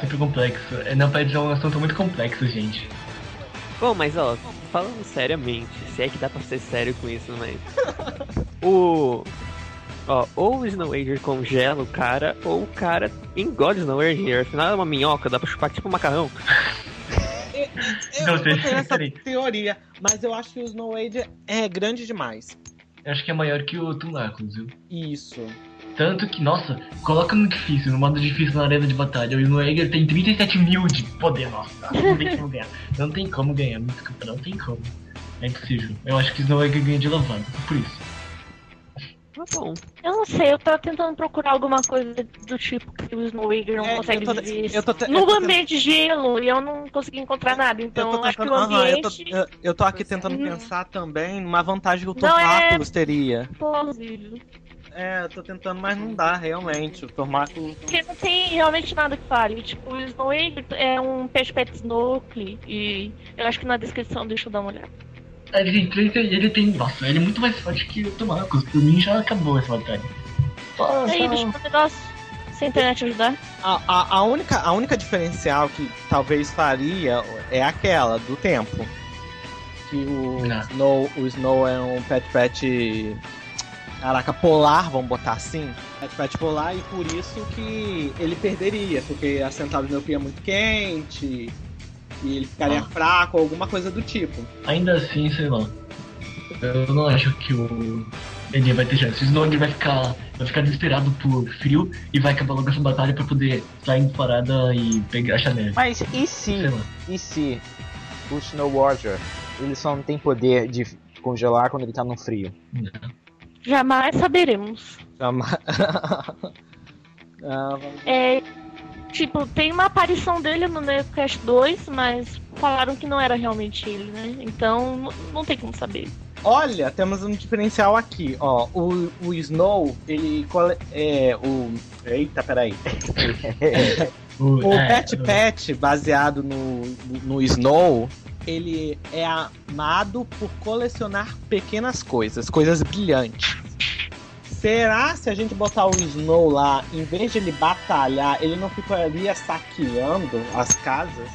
Sempre complexo. É, Na verdade, é um assunto muito complexo, gente. Bom, mas ó, falando seriamente, se é que dá pra ser sério com isso, mas. o. Ó, ou o Snow Ranger congela o cara, ou o cara engole o Snow Ranger. Afinal, é uma minhoca, dá pra chupar tipo um macarrão. Eu, Não, eu tem- tenho essa peraí. teoria, mas eu acho que o Snow Age é grande demais. Eu acho que é maior que o Tumacus, viu? Isso. Tanto que, nossa, coloca no difícil, no modo difícil na arena de batalha. O Snowagger tem 37 mil de poder, nossa. tá Não tem como ganhar. Não tem como ganhar, me desculpa, não tem como. É impossível. Eu acho que o Snowagger ganha de lavando, por isso. Tá bom. Eu não sei, eu tava tentando procurar alguma coisa do tipo que o Snow Eager não É, consegue eu tô- viver eu tô te- é no eu tô te- ambiente de gelo e eu não consegui encontrar nada. Então eu tô acho que tentando, o aham, eu, tô, ambiente é eu- eu tô aqui tentando Hum. pensar também numa vantagem que o Não, é- Tornáculos teria. plausível. É, eu tô tentando, mas não dá, realmente. O Tornáculos. Porque não tem realmente nada que fale. Tipo, o Snow Eager é um peixe pet snorkel e eu acho que na descrição deixa eu dar uma olhada. Ele tem 30 e ele tem. Nossa, ele é muito mais forte que o Tomarcos. Por mim já acabou essa batalha. Só, E aí, deixa só... eu ver um negócio. Se a internet ajudar. A, a, a única, a única diferencial que talvez faria é aquela do tempo. Que o Não. Snow, o Snow é um pet pet. Caraca, polar, vamos botar assim. Pet pet polar, e por isso que ele perderia, porque a central europeu é muito quente. E ele ficaria Ah. fraco, alguma coisa do tipo. Ainda assim, sei lá. Eu não acho que o ele vai ter chance. Senão ele vai ficar, vai ficar desesperado por frio e vai acabar logo essa batalha pra poder sair em parada e pegar a neve. Mas e se, Sei lá. e se o Snow Warrior, ele só não tem poder de congelar quando ele tá no frio? Jamais saberemos. Chama- Ah, vamos- É. Tipo, tem uma aparição dele no Neocast 2, mas falaram que não era realmente ele, né? Então n- não tem como saber. Olha, temos um diferencial aqui, ó. O, o Snow, ele. cole- É, o. Eita, peraí. O é, Pet Pet, baseado no, no Snow, ele é amado por colecionar pequenas coisas, coisas brilhantes. Será se a gente botar o Snow lá, em vez de ele batalhar, ele não ficaria saqueando as casas?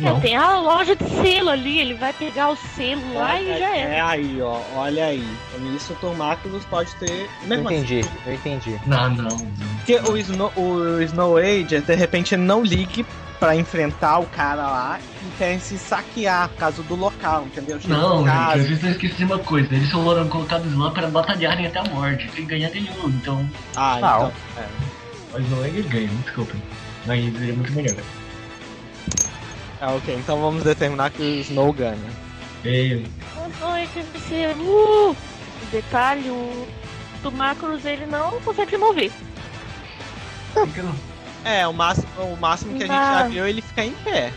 É, Não, tem a loja de selo ali, ele vai pegar o selo lá e já é. É aí, ó. Olha aí. Nisso o Tomáculos pode ter. Eu Mesmo assim, entendi, eu entendi. não, não. não. Porque o Snow, o Snow Age, de repente, ele não ligue pra enfrentar o cara lá e pense saquear por causa do local, entendeu? Chega Não, no gente, caso. às vezes eu esqueci de uma coisa, eles foram colocados lá para batalharem até a morte, quem ganhar ganhou, então. Ah, Não. então. Mas não é que ele ganha, desculpa. Mas ele é muito melhor. Ah, ok. Então vamos determinar que o Snow ganha. É, Então ele vai ser. Uh! Detalhe, o do Macros ele não consegue se mover. fica no- É, o máximo, o máximo que a gente já Ah. viu é ele ficar em pé.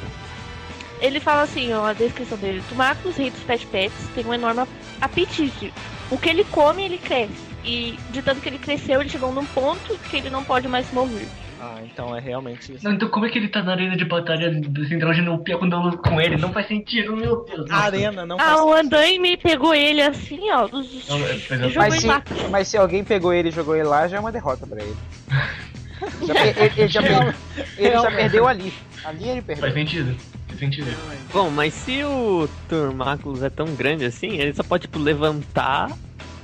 Ele fala assim, ó, a descrição dele, Tumacros, rei dos pet pets, tem um enorme apetite. O que ele come, ele cresce. E de tanto que ele cresceu, ele chegou num ponto que ele não pode mais se mover. Ah, então é realmente isso. Não, então como é que ele tá na arena de batalha do Central de Neopia quando eu luto com ele? Não faz sentido, meu Deus. A arena não ah, faz- o Andaime pegou ele assim, ó, dos... Não, é, pois é, jogou Mas em se- mato. Mas se alguém pegou ele e jogou ele lá, já é uma derrota pra ele. Já per- ele, ele já per- ele já perdeu ali. Ali ele perdeu. Faz sentido. Faz sentido. Bom, mas se o Turmáculos é tão grande assim, ele só pode, tipo, levantar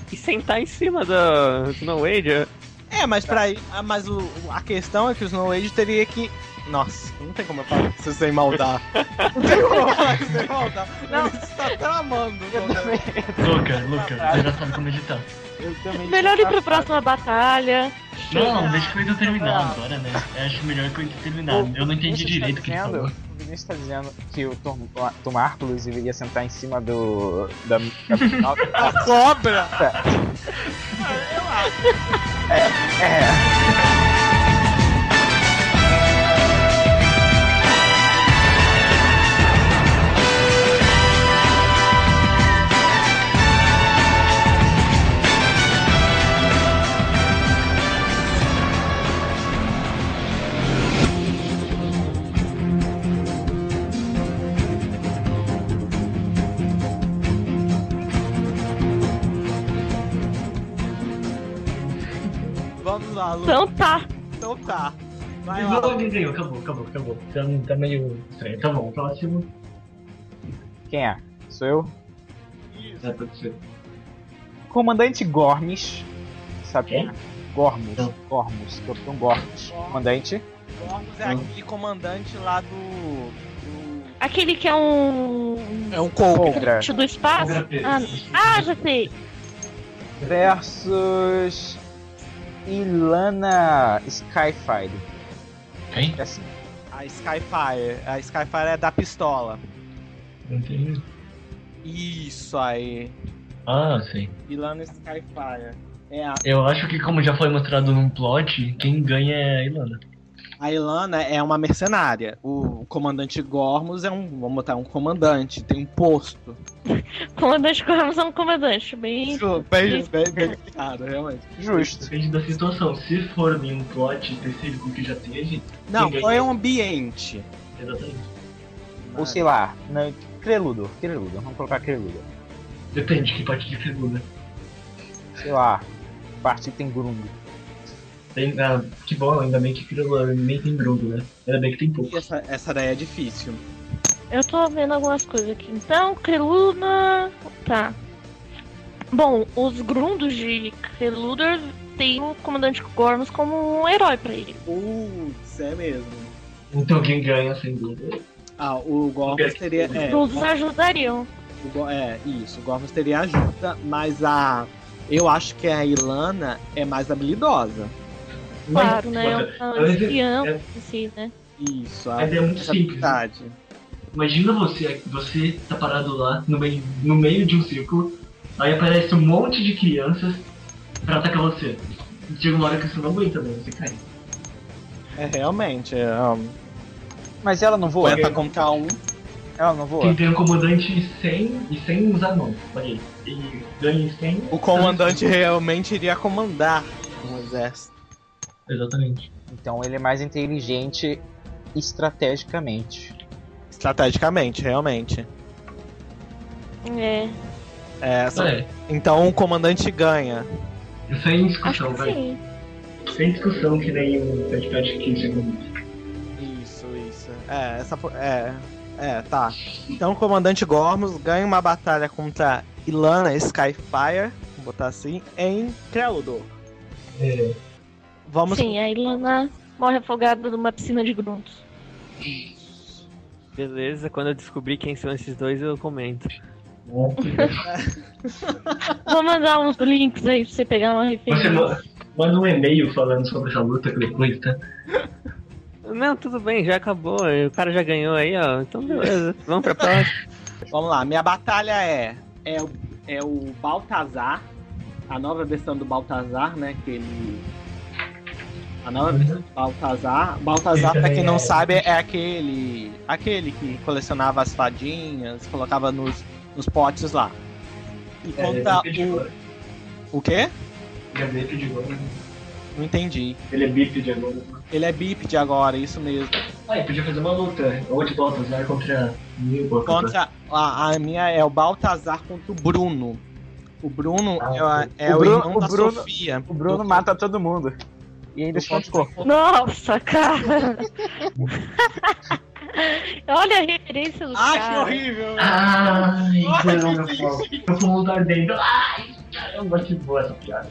e sentar em cima da Snow Age. É, mas pra aí. ah, Mas o, o- a questão é que o Snow Age teria que. Nossa, não tem como eu falar isso sem maldar. Não tem como eu falar isso sem maldar. Não, você tá tramando. Não, Luca, Luca, você já sabe como ele tá. Eu também- Melhor ir pra próxima batalha. Não, deixa que eu terminar agora, né? Eu acho melhor que eu terminar. Eu não entendi direito o que ele tá dizendo, falou. O Vinícius tá dizendo que o Tom, Tom Arculus deveria sentar em cima do. da. da- A cobra! é. Vamos lá, Lu. Então tá. Então tá. Vai lá. Não, ele ganhou, acabou, acabou, acabou. Tá, tá meio estranho. Tá bom, próximo. Quem é? Sou eu? Já aconteceu. Comandante Gormes. Sabe quem? Quem? é? Gormus. Não. Gormus. Capitão Gormus. Comandante. Corvus é aquele comandante lá do. Aquele que é um... É um Colgra. Colgra. do espaço? Ah, não. ah, já sei. Versus. Ilana Skyfire. Quem? É assim. A Skyfire. A Skyfire é da pistola. Não tem. Isso aí. Ah, sim. Ilana Skyfire. É, a- Eu acho que, como já foi mostrado num plot, quem ganha é a Ilana. a Ilana é uma mercenária. O comandante Gormus é um. Vamos botar um comandante, tem um posto. Comandante Corramos é um comandante, bem. Bem, bem, bem explicado, realmente. Justo. Depende da situação. Se for num plot específico que já teve, Não, Ninguém- qual é o ambiente? é exatamente. Ou sei lá, né? Creludo, Creludo, vamos colocar Creludo. Depende que né? parte de figura. Sei lá, parte que tem grungo. Tem, ah, que bom, ainda bem que Kirillov nem tem grupo, né? Ainda bem que tem pouco. Essa, essa daí é difícil. Eu tô vendo algumas coisas aqui. Então, Creluna. Tá. Bom, os grundos de Creludor tem o comandante Gormus como um herói pra ele. Putz, é mesmo. Então quem ganha, sem dúvida. Ah, o Gormus teria. É, Todos ajudariam. o Go- é, isso, o Gormus teria ajuda, mas a. Eu acho que a Ilana é mais habilidosa. Claro, né? Mas, É um mas- ancião, é- assim, né? Isso, a Mas é muito essa simples. né? habilidade. Imagina você, você tá parado lá no meio, no meio de um círculo, aí aparece um monte de crianças pra atacar você. Chega uma hora que você não aguenta, né? Você cai. É realmente. É, um, Mas ela não voa? aguenta contar um. Ela não voa? Quem tem um comandante sem e sem usar mão, olha aí. E ganha 100. O comandante realmente iria comandar um exército. Exatamente. Então ele é mais inteligente estrategicamente. Estrategicamente, realmente. É. Então É, só- É, Então o comandante ganha. sem Acho discussão, que vai. sim. Sem discussão que nem um podcast que segundo. Isso, isso. É, essa. po- É. É, tá. Então o comandante Gormus ganha uma batalha contra Ilana Skyfire, vou botar assim, em Kreldor. É, Vamos. Sim, a Ilana morre afogada numa piscina de gruntos. Beleza, quando eu descobrir quem são esses dois, eu comento. tá bom. Vou mandar uns links aí pra você pegar uma Você referência. ma- manda um e-mail falando sobre essa luta que depois, tá? Não, tudo bem, já acabou. O cara já ganhou aí, ó. Então beleza. Vamos pra próxima. Vamos lá, minha batalha é. É, o- é o Baltazar, a nova versão do Baltazar, né? Que ele. A nova versão do Baltazar. Baltazar, Ele pra quem também não é- sabe, é aquele. Aquele que colecionava as fadinhas, colocava nos, nos potes lá. E conta ele é o. bípede O quê? Ele é bípede agora. Não entendi. Ele é bípede agora. Ele é bípede agora, isso mesmo. Ah, e podia fazer uma luta. Ou de Baltazar contra New Contra. A, a minha é o Baltazar contra o Bruno. O Bruno Ah, é, é o o, Bruno- irmão o da Bruno- Sofia. O Bruno Do- mata todo mundo. E ainda do esconde o corpo. Nossa, cara! Olha a referência do Ah, que cara. horrível! Ai, não, meu pau. Eu vou mudar dentro. Ai, caramba, que boa essa piada.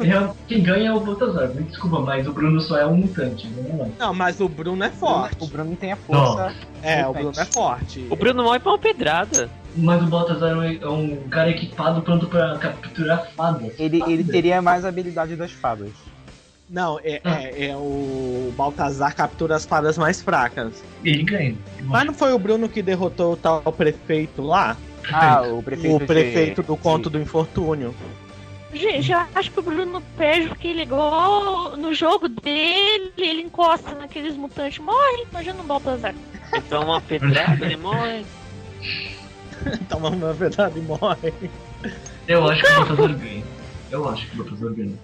É, Quem ganha é o Baltazar, me desculpa, mas o Bruno só é um mutante, não é? Não, mas o Bruno é O forte. Bruno tem a força. É, o Bruno é forte. O Bruno morre pra uma pedrada. Mas o Baltazar é um cara equipado pronto pra capturar fadas. Ele, ele teria mais habilidade das fadas. Não, é, é, é o Baltazar captura as fadas mais fracas. Ele ganha. Mas não foi o Bruno que derrotou o tal prefeito lá? Ah, o prefeito. o prefeito de- do conto de- do infortúnio. Gente, eu acho que o Bruno perde porque ele, igual no jogo dele, ele encosta naqueles mutantes, morre, imagina um Baltazar. Então uma pedrada, ele morre. Toma uma Então, verdade e morre. Eu acho que o Baltazar ganha. Eu acho que o Baltazar ganha.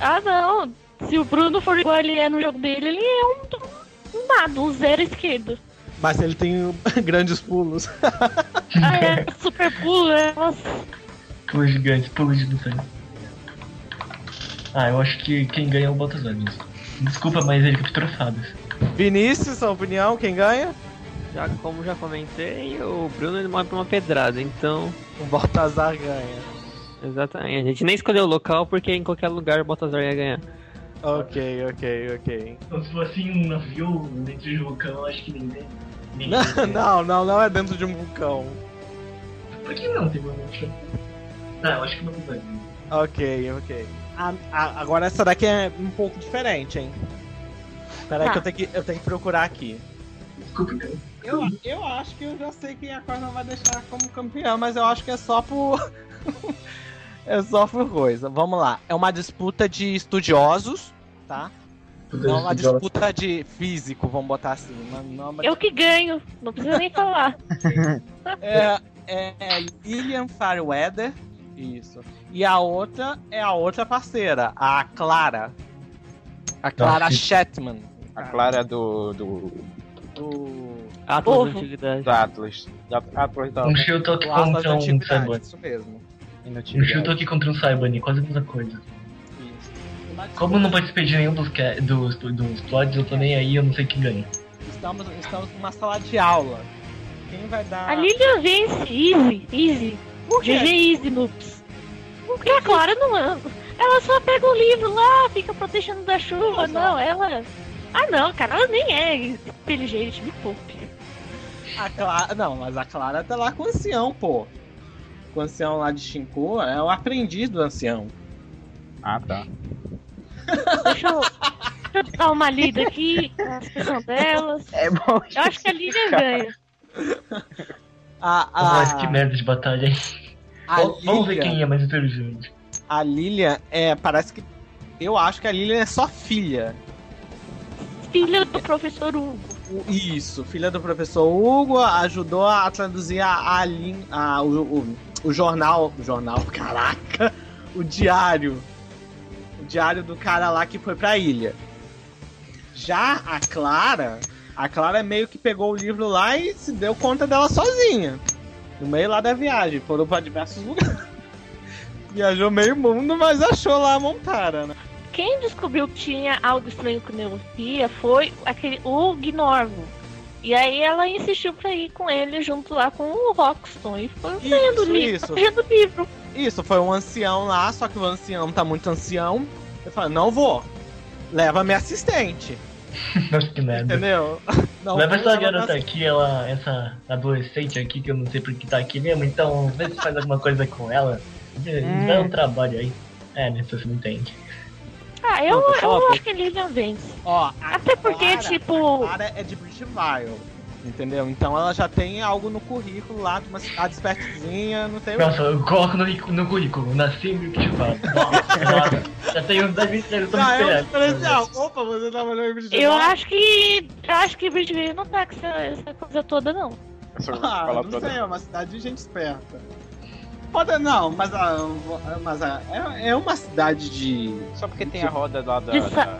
Ah, não! Se o Bruno for igual ele é no jogo dele, ele é um, um nada, um zero esquerdo. Mas ele tem grandes pulos. Ah, é, super pulo, é, nossa. Pula gigante, pula de sangue. Ah, eu acho que quem ganha é o Baltazar mesmo. Desculpa, mas ele captura fadas. Vinícius, sua opinião, quem ganha? Já como já comentei, o Bruno ele morre pra uma pedrada. Então, O Baltazar ganha. exatamente. A gente nem escolheu o local porque em qualquer lugar o Baltazar ia ganhar. Ok, ok, ok. Então, se fosse em um navio dentro de um vulcão, eu acho que ninguém. ninguém Não, não, não, não é dentro de um vulcão. Por que não tem uma mancha? Tá, eu acho que o Baltazar ganha. Ok, ok. A- a- agora essa daqui é um pouco diferente, hein? Peraí Tá. que eu tenho que eu tenho que procurar aqui. Desculpa, cara. Eu, eu acho que eu já sei quem a Corna vai deixar como campeão, mas eu acho que é só por. É só por coisa. Vamos lá. É uma disputa de estudiosos, tá? Não é uma disputa de físico, vamos botar assim. Uma, não é uma Eu que ganho, não precisa nem falar. É, é, é Lillian Fairweather. Isso. E a outra é a outra parceira, a Clara. A Clara Nossa. Shetman. A Clara do. do. Do Atlas Ovo. da Antiguidade. do Atlas. Da Atlas da Um Shiltok do Atlas da contra um Antiguidade, Cyborg. isso mesmo. Um Inutilidade. Shiltok contra um Cyborg, quase a mesma coisa. Isso. Como eu não participei de nenhum dos, ca- dos, dos plots, eu tô nem aí, eu não sei quem ganha. Estamos, estamos numa sala de aula. Quem vai dar. A Lilian vence, easy, easy. Por quê? GG Easy Noops. Porque a Clara não anda. Ela só pega o livro lá, fica protegendo da chuva. Não, ela. Ah não, cara, ela nem é inteligente, me poupe. A Clara, não, mas a Clara tá lá com o ancião, pô. Com o ancião lá de Shinko, é o aprendiz do ancião. Ah, tá. Deixa eu, deixa eu dar uma lida aqui na descrição delas. É bom. Eu acho que a Lilian ganha. A, Mas que a, merda de batalha. a, Vamos ver Lilian, quem é mais inteligente. a Lilian é, parece que. Eu acho que a Lilian é só filha. Filha do professor Hugo. O- Isso, filha do professor Hugo, ajudou a traduzir a, a, lin- a- o, o, o jornal. O jornal, caraca! O diário. O diário do cara lá que foi pra ilha. Já a Clara, a Clara meio que pegou o livro lá e se deu conta dela sozinha. No meio lá da viagem, foram pra diversos lugares. Viajou meio mundo, mas achou lá a Montara, né? Quem descobriu que tinha algo estranho com neurofia foi aquele, o Gnorvo. E aí ela insistiu pra ir com ele junto lá com o Roxton. E foi lendo o Isso, livro. isso. lendo o livro. Isso, foi um ancião lá, só que o ancião tá muito ancião. Eu falei, não vou. Leva minha assistente, Nossa, que merda. entendeu? Não Leva vou, assim, essa minha garota aqui, ela, essa adolescente aqui, que eu não sei por que tá aqui mesmo, então vê se faz alguma coisa com ela. É. Dá um trabalho aí. É, né, você não entende. Ah, eu, Não, por eu favor. acho que a Lilian vence. Ó, a Até porque, Clara- tipo. A Clara é de British Vile, entendeu? Então ela já tem algo no currículo lá, de uma cidade espertinha, não tem... Nossa, eu coloco no, ricu- no currículo, nasci meio que Já tenho 10 minutos, eu tô me Já é um diferencial. esperando. Opa, você trabalhou em British Eu Vile? acho que. Eu acho que Bridgeville não tá com essa, essa coisa toda, não. Essa Ah, fala não toda. sei, é uma cidade de gente esperta. Pode, não, mas, a, mas a, é, é uma cidade de... Só porque tem a roda lá da. Isso. da-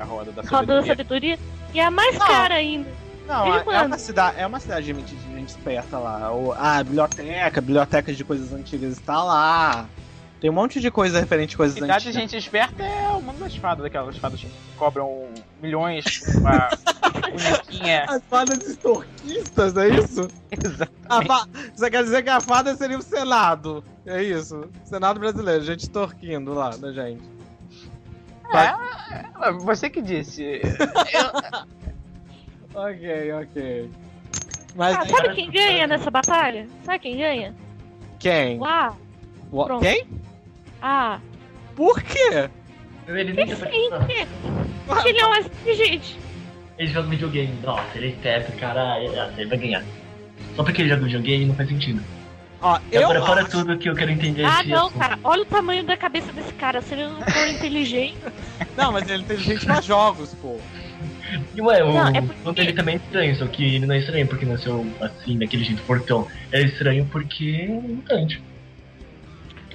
a roda da Roda da sabedoria. sabedoria. E a mais Não. cara ainda. Não, Desde é- é quando? uma, cidade, é uma cidade de gente, de gente esperta lá. O- a biblioteca, biblioteca de coisas antigas está lá. Tem um monte de coisa referente a coisas Cidade de antigas. gente esperta é o mundo das fadas, daquelas fadas que cobram milhões com uma bonequinha. As fadas estorquistas, é isso? A fa- Você quer dizer que a fada seria o Senado? É isso. Senado brasileiro, gente estorquindo lá da gente. Ah, Você que disse. Ok, ok. Mas é, Ah, sabe quem ganha nessa batalha? Sabe quem ganha? quem? O A. Uó- pronto. Quem? Ah. Por quê? Ele nem tá participando. Sim, porque ele é o mais inteligente. Ele joga videogame. Nossa, ele é esperto, cara. Ele, ah, ele vai ganhar. Só porque ele joga videogame não faz sentido. Ó, E eu agora para acho- tudo que eu quero entender Ah, esse não, assunto. cara. Olha o tamanho da cabeça desse cara. Se ele não for inteligente. Não, mas ele tem gente pra jogos, pô. E ué, Tipo, o Não, é o nome dele também é estranho, só que ele não é estranho porque nasceu assim, daquele jeito fortão. É estranho porque é mutante.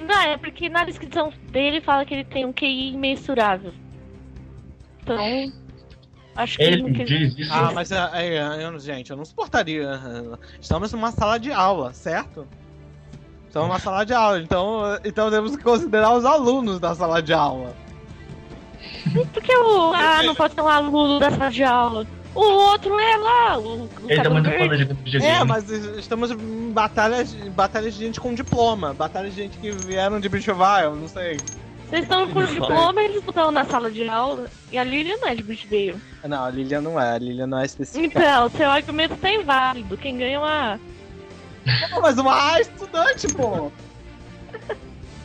Não, é porque na descrição dele fala que ele tem um QI imensurável. Então. É. Acho que Ele não quis- diz isso. Ah, mas é, é, é, eu- gente, eu não suportaria. Estamos numa sala de aula, certo? Estamos numa sala de aula, então, então temos que considerar os alunos da sala de aula. Por que o A não pode ser um aluno da sala de aula? O outro é lá, o, o ele tá cabelo muito verde. foda jogando videogame. É, mas es- estamos em batalhas, em batalhas de gente com diploma, batalhas de gente que vieram de Bichoval, não sei. Vocês estão com Não diploma, eles não estão na sala de aula. E a Lilian não é de Bridgeveil. Não, a Lilian não é, a Lilian não é específica. Então, seu argumento tá inválido. Quem ganha é uma. Pô, mas uma A é estudante, pô!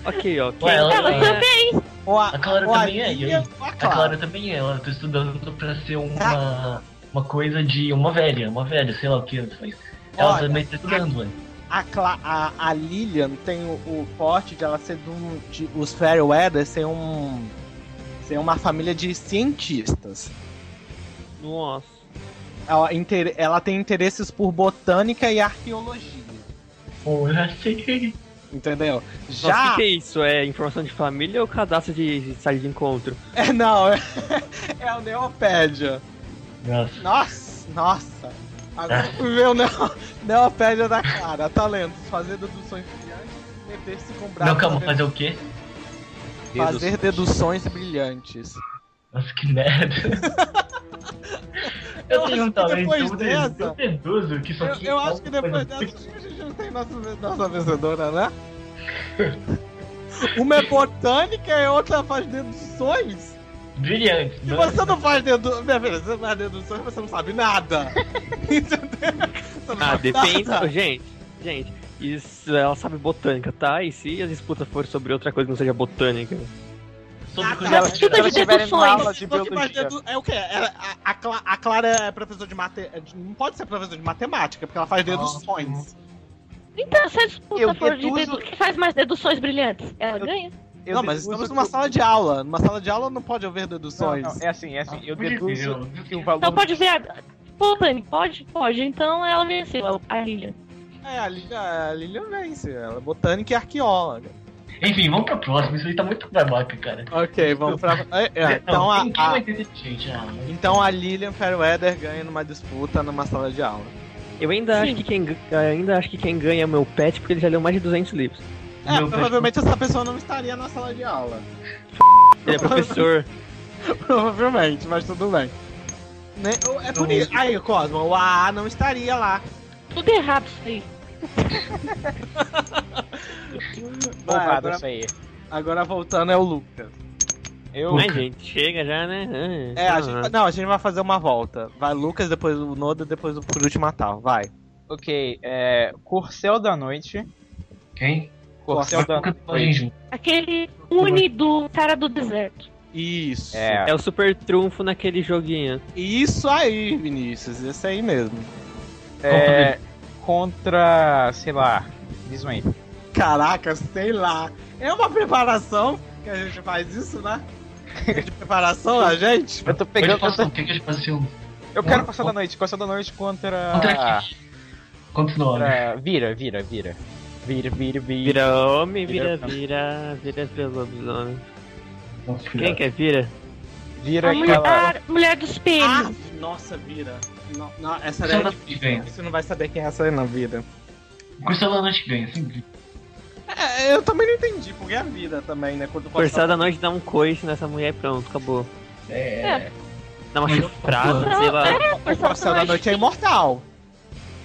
Ok, ó. é Ué, ela- Ah, mas ela- também. Ou A Clara ou a também é, e Lilian, aí? ou a A Clara. Clara também é, ela tá estudando pra ser uma, uma coisa de uma velha, uma velha, sei lá o que ela faz. Ela Olha, também tá estudando, ué. a, Cla- a, a Lilian tem o, o forte de ela ser de um, de, os Fairweather ser um ser uma família de cientistas. Nossa. Ela, inter- ela tem interesses por botânica e arqueologia, Pô, eu já sei. entendeu? Nossa, o Já que, que é isso? É informação de família ou cadastro de, de sala de encontro? é não, é, é o Neopédia. Nossa. Nossa, nossa. Agora o meu neo, Neopédia da cara, talentos, fazer deduções brilhantes, meter-se com braços Não, calma, abertos. fazer o quê? fazer deduções brilhantes. Nossa, que merda. Eu Eu tenho acho um que talento depois eu dessa- deduzo- eu deduzo que isso Eu, aqui eu é acho uma que depois coisa dessa a gente não tem nossa, nossa vencedora, né? Uma é botânica e a outra faz deduções. Brilhante. né? Se não- você não faz deduções, minha filha, se você não faz deduções, você não sabe nada. Entendeu? Você não Ah, sabe depende. nada. Gente, gente, isso ela sabe botânica, tá? E se a disputa for sobre outra coisa que não seja botânica? Sobre Nada. coisa Ela que- te elas tiverem uma deduções. aula de Só que faz biologia. dedu- É o quê? É- a, a Cla- a Clara é professora de matemática. Não pode ser professora de matemática, porque ela faz deduções. Então, se a disputa Eu for de deduzo- dedu... quem faz mais deduções brilhantes, ela Eu- ganha. Eu não, mas deduzo estamos que- numa sala de aula. Numa sala de aula não pode haver Não, deduções. não, é assim, é assim. Eu Por deduzo Deus. que o valor. Então pode ver a. Pô, Dani, pode? Pode. Então ela venceu a- a Lilian. É, a Lilian, a Lilian vence. Ela é botânica e arqueóloga. Enfim, vamos pra próxima. Isso aí tá muito babaca, cara. Ok, vamos pra. É, é, Não, então, a, ninguém a- vai entender, gente. Ah, mas- então a Lilian Fairweather ganha numa disputa numa sala de aula. Eu ainda acho que quem gan- eu ainda acho que quem ganha é o meu pet porque ele já leu mais de 200 livros. É, Meu provavelmente essa pessoa não estaria na sala de aula. Ele é professor. provavelmente, mas tudo bem. Né? Oh, É Então, por isso. Aí, Cosmo, o AA não estaria lá. Tudo errado isso aí. Vai, Roubado agora- isso aí. Agora voltando é o Lucas. Eu. Mas, gente, chega já, né? Ah, É, a ah. gente, não, a gente vai fazer uma volta. Vai Lucas, depois o Noda, depois o por último Natal. Vai. Ok, é. Corcel da noite. Quem? Corcel da Nunca podem noite. junto. Aquele uni do cara do deserto. Isso. É. É o super trunfo naquele joguinho. Isso aí, Vinícius. Esse aí mesmo. é contra. sei lá. Diz um aí. Caraca, sei lá. É uma preparação que a gente faz isso, né? De preparação a gente? Eu tô Pode pegando. Eu, passar, tem que fazer um. tô- eu quero passar da noite. Corcel da noite Ah. contra. Contra quem? Continua. contra- Vira, vira, vira. Vira, vira, vira. Vira homem, vira, Vira- vira, vira, vira lobisomem. Nossa, Quem filha. que é vira? Vira A aquela. mulher, mulher dos Ah, pênis. nossa, vira. No- não, essa daí Corcel é da noite ganha. Você não vai saber quem é essa aí na vida. Corcel da noite ganha, sempre. É, eu também não entendi, porque é a vida também, né? Quando Forçar da noite dá um coice nessa mulher e pronto, acabou. É. Dá uma Mas- chifrada, Não, sei lá. é, O Corcel da Noite é imortal.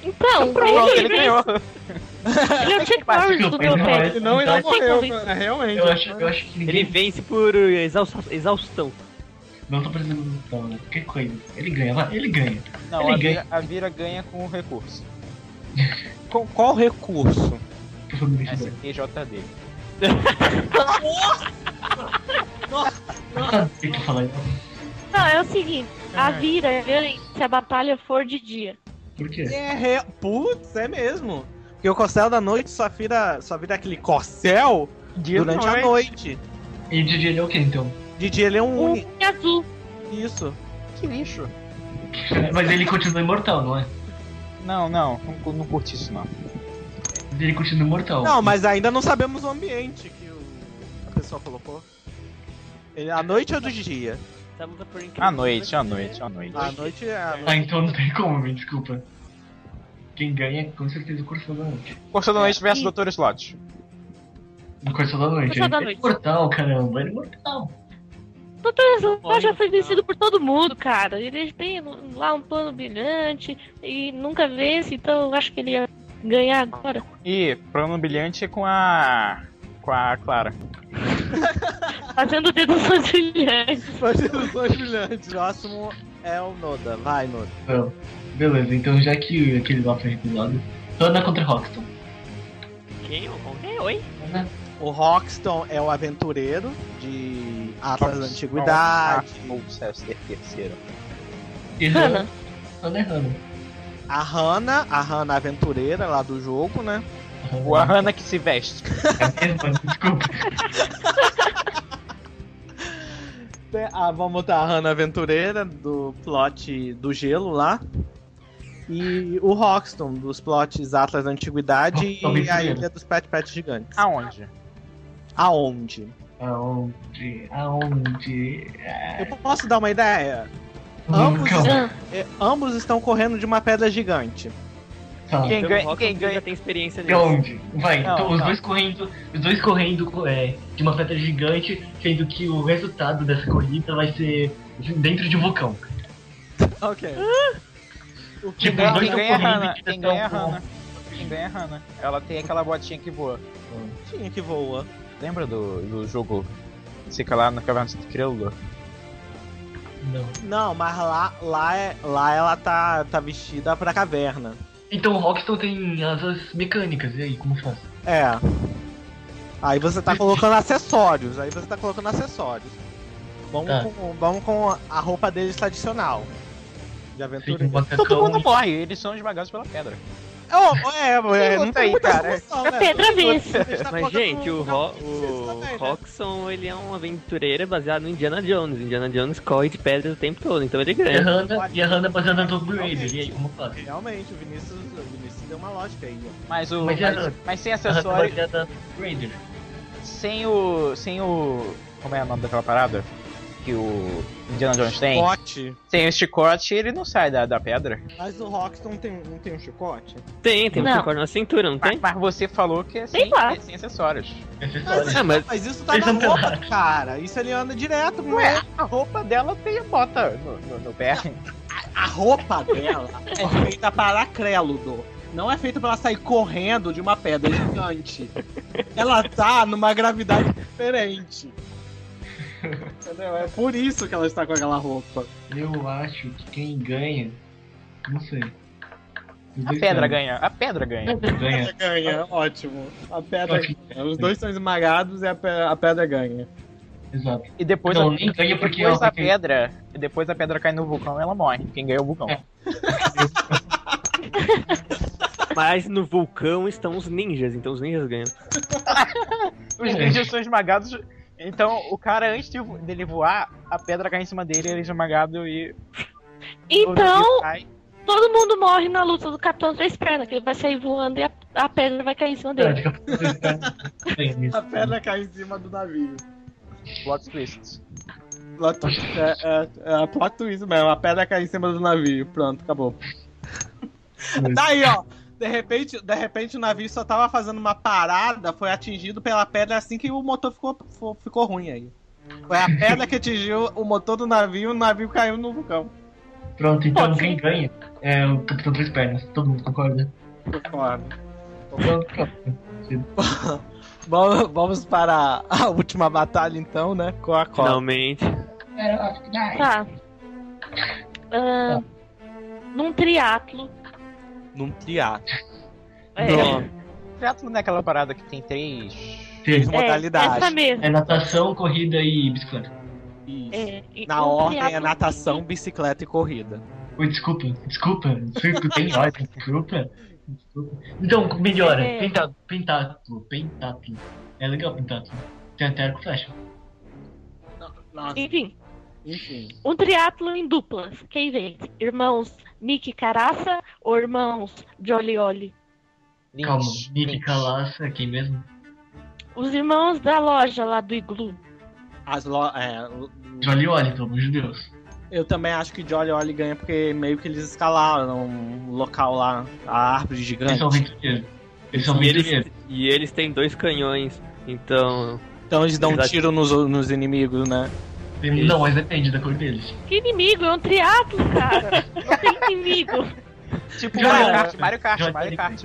Então, Pronto, ele, ele ganhou. ele é o Chuck Ah, Norris do meu pé. Ele não, ele não Não, morreu, tem como né? realmente. Eu acho, eu acho que Ele ninguém. vence por uh, exausta- exaustão. Não tô precisando de tal, né? Que coisa. Ele ganha, vai. Ele ganha. Não, Ele ganha. a vira, a vira ganha com o recurso. Com qual recurso? Por favor, me deixa. SQJD. Eu sabia que eu ia falar isso. Não, é o seguinte, a vira ganha se a batalha for de dia. Por quê? É real. Putz, é mesmo. Porque o Corcel da Noite só vira, só vira aquele corcel Dia durante a noite. E de dia ele é o quê então? De dia ele é um O uni. Uni azul. Isso. Que lixo. Mas ele continua imortal, não é? Não, não, não, cu- não curti isso não. Mas ele continua imortal. Não, mas ainda não sabemos o ambiente que o- a pessoa colocou. Ele, a noite ou do dia? Essa luta por incrível À que noite, pareça, à noite, à noite. A noite é a Ah, noite. então não tem como, me desculpa. Quem ganha é com certeza o Corcel da Noite. Corsa da Noite versus Ih. Dr. Slot. O Corcel da Noite. Corcel da ele Noite. É imortal, caramba. Ele é imortal. Doutor Slot já foi vencido por todo mundo, cara. Ele tem lá um plano brilhante e nunca vence, então eu acho que ele ia ganhar agora. E Plano Brilhante com a. com a Clara. Fazendo deduções brilhantes. Fazendo os dois brilhantes. O próximo é o Noda. Vai, Noda. Então, beleza, então já que aquele lá foi recusado. Ana contra Roxton. né? Quem? Com quem? Oi? Ana, O Roxton é o aventureiro de Atlas da Roxton. Antiguidade. Ou César terceiro. e Hannah. Ana é Hannah. a Hanna, a Hanna aventureira lá do jogo, né? O Ahana que se veste. É mesmo, mano, desculpa. Tem a- Ah, vamos botar a Hanna aventureira do plot do gelo lá. E o Roxton, dos plots Atlas da Antiguidade e a Aventureiro. Ilha dos Pet Pet Gigantes. Aonde? Aonde? Aonde? Aonde? É... Eu posso dar uma ideia? Hum, Ambos, calma, Ah, é, ambos estão correndo de uma pedra gigante. calma. Quem Então, ganha- o Rock quem é um ganha- já tem experiência De nisso. onde? Vai, Não, então, os não. dois correndo, os dois correndo é, de uma pedra gigante, sendo que o resultado dessa corrida vai ser dentro de um vulcão. Ok. O que Tipo, Não, os dois quem estão ganha é a correndo Hannah. em Quem ganha é a direção ao- Hannah. Quem ganha é a Hannah. Ela tem aquela botinha que voa. tinha é assim que voa? Lembra do, do jogo? Fica lá na caverna do Crioulo. Não. Não, mas lá, lá, é- lá ela tá, tá vestida pra caverna. Então o Rockstar tem asas mecânicas, e aí, como faz? É. Aí você tá colocando acessórios. Aí você tá colocando acessórios. Vamos, Tá. com, vamos com a roupa deles tradicional. De Fica um aventureiro. Todo mundo macacão morre, eles são esmagados pela pedra. Oh, é, é, luta não tem aí, muita cara. discussão, a né? pedra vence. Eles tá Mas, colocando gente, o, um- Ro isso o também, né? Roxon, ele é um aventureiro baseado no Indiana Jones. Indiana Jones corre de pedra o tempo todo, então ele e a ganha. Hannah, e a Hannah baseada no Tomb Raider, e aí, como faz? Realmente, o Vinícius, o Vinícius deu uma lógica aí. né? ó. Mas o. Mas Mas, é- mas sem A Hannah acessório. baseada no Tomb Raider. Sem o. Sem o. Como é o nome daquela parada? Que o Indiana Jones tem? Chicote. Sem o chicote, ele não sai da, da pedra. Mas o Roxton tem, não tem um chicote? Tem, tem um Não. chicote na cintura, não Mas, tem? mas você falou que é Tem sem, lá. é sem acessórios. Essa Mas, história. Ah, mas- mas isso tá Eles na não tão roupa lá. do cara. Isso ele anda direto, não Ué, é? a roupa dela tem a bota no, no, no pé. A roupa dela É feita para créludo. Não é feita pra ela sair correndo de uma pedra gigante. Ela tá numa gravidade diferente. Entendeu? É por isso que ela está com aquela roupa. Eu acho que quem ganha. Não sei. Os A dois pedra ganham. ganha, a pedra ganha. É, Ganha. É Ganha, ótimo. A pedra Ótimo. ganha. Os dois são esmagados e a pe- a pedra ganha. Exato. E depois, Não, a, nem ganha porque é um depois ela a pedra. e Depois a pedra cai no vulcão e ela morre. Quem ganha é o vulcão. É. Mas no vulcão estão os ninjas, então os ninjas ganham. Os é. ninjas são esmagados. Então, o cara, antes de vo- dele voar, a pedra cai em cima dele, ele é esmagado e. Então, e cai. todo mundo morre na luta do Capitão Três Pernas, que ele vai sair voando e a, a pedra vai cair em cima dele. A pedra cai em cima do navio. Plot twist. Plot twist, é, é, é plot twist mesmo. A pedra cai em cima do navio. Pronto, acabou. Daí, ó. De repente, de repente o navio só tava fazendo uma parada, foi atingido pela pedra assim que o motor ficou, fo- ficou ruim aí. Foi a pedra que atingiu o motor do navio e o navio caiu no vulcão. Pronto, então Pode ser. quem ganha é o Capitão Três Pernas. Todo mundo concorda? Concordo. Pronto, pronto. Bom, vamos para a última batalha então, né? Com a Copa. Finalmente. É. Tá. Ah, num triatlo. Num triatlo. É, Não. Triatlo não é aquela parada que tem três. Três Sim. é, modalidades. Essa mesmo. É natação, corrida e bicicleta. Isso. É, e Na um ordem é triatlo- natação, bicicleta e corrida. Oi, desculpa, desculpa. Circo tem ordem, desculpa. desculpa. Então, melhora. É. Penta- Pentátulo, pentátulo. É legal pentátulo. Tem até arco e flecha. Nossa, Enfim, enfim. um triatlo em duplas. Quem vence? Irmãos Nick Caraça ou irmãos Jolioli? Lynch, Calma, tá Nick Lynch. Calaça, quem mesmo? Os irmãos da loja lá do Iglu. As lo... é, o- Jolly Olly, pelo amor de Deus. eu também acho que Jolly Olly ganha porque meio que eles escalaram o local lá, a árvore Eles gigante. são aventureiros. Eles são E eles, aventureiros. e eles têm dois canhões, então. Então eles dão um Verdade. tiro nos, nos inimigos, né? Não, mas depende da cor deles. Que inimigo? É um triatlo, cara. Não tem inimigo. Tipo Já Mario era. Kart, Mario Kart, Já Mario Kart.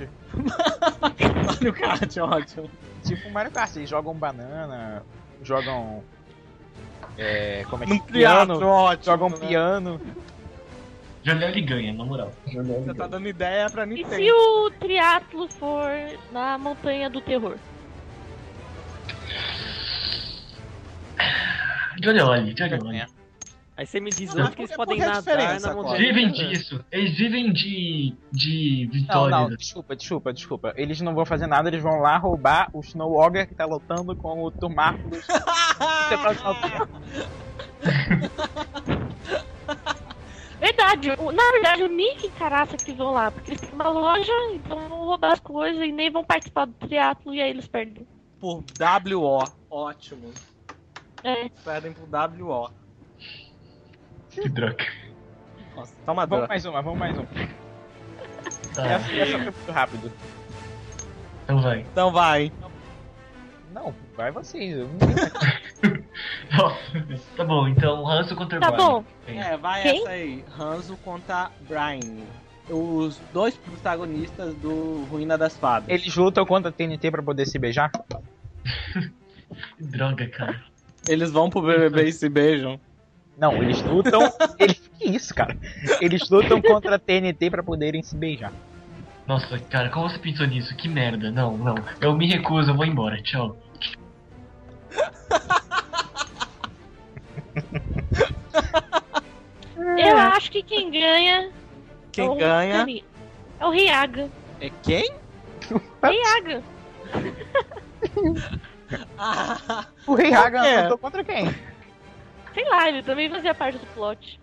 Mario Kart, ótimo. Tipo Mario Kart, eles jogam banana, jogam. É. Como é que Num é? triatlo, ótimo. Jogam né? piano. Jolly Olly ganha, na moral. Jolly Olly Você tá ganha. dando ideia pra E Nintendo. se o triatlo for na Montanha do Terror? Jolly Olly, Jolly Olly. Aí você me diz Não, onde que eles mas podem qual que é a nadar diferença na agora? montanha. Vivem disso. Eles vivem de. de Não, vitória. não, desculpa, desculpa, desculpa. Eles não vão fazer nada, eles vão lá roubar o Snow Ogre que tá lutando com o Turmarco dos. Isso é pra salvar. Verdade, o- na verdade, o Nick e Caraça que vão lá, porque eles têm uma loja, então vão roubar as coisas e nem vão participar do triatlo e aí eles perdem. Por WO. Ótimo. É. Perdem por WO. Que droga. Nossa, tá uma Vamos dor. mais uma, vamos mais uma. Tá, Essa, essa foi muito rápido. então vai. Então vai. Não, vai vocês. eu não- Nossa, tá bom, então Hanso contra Tá Barney. bom, É, vai Quem? essa aí. Hanzo contra Brian. Os dois protagonistas do Ruína das Fadas. Eles lutam contra a TNT pra poder se beijar? Que droga, cara. Eles vão pro BBB e se beijam. Não, eles lutam. eles... Que isso, cara? Eles lutam contra a TNT pra poderem se beijar. Nossa, cara, como você pensou nisso? Que merda. Não, não. Eu me recuso, eu vou embora. Tchau. eu acho que quem ganha é Quem o ganha Cami- é o Riaga. é quem? Riaga. Ah, O Rei Hagan É. lutou contra quem? Sei lá, ele também fazia parte do plot.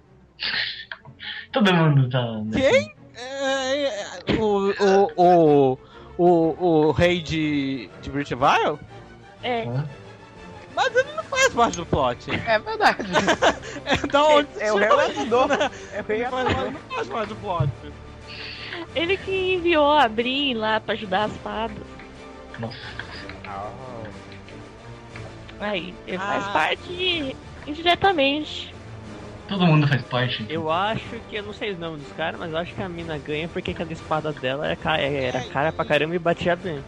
Todo mundo tá. né? Quem? é, é, o, o, o, o, o rei de, de Britvile? É. Hã? Mas ele não faz parte do plot. É verdade. Então, onde É o Rei Lutador. É o Rei Mas ele não faz parte do plot. Ele que enviou a Brin lá pra ajudar as fadas. Nossa. Hagan. Aí, ele Ah. faz parte indiretamente. Todo mundo faz parte. Eu acho que, eu não sei o nome dos caras, mas eu acho que a mina ganha porque aquela espada dela era, ca- é, era cara pra caramba e batia bem.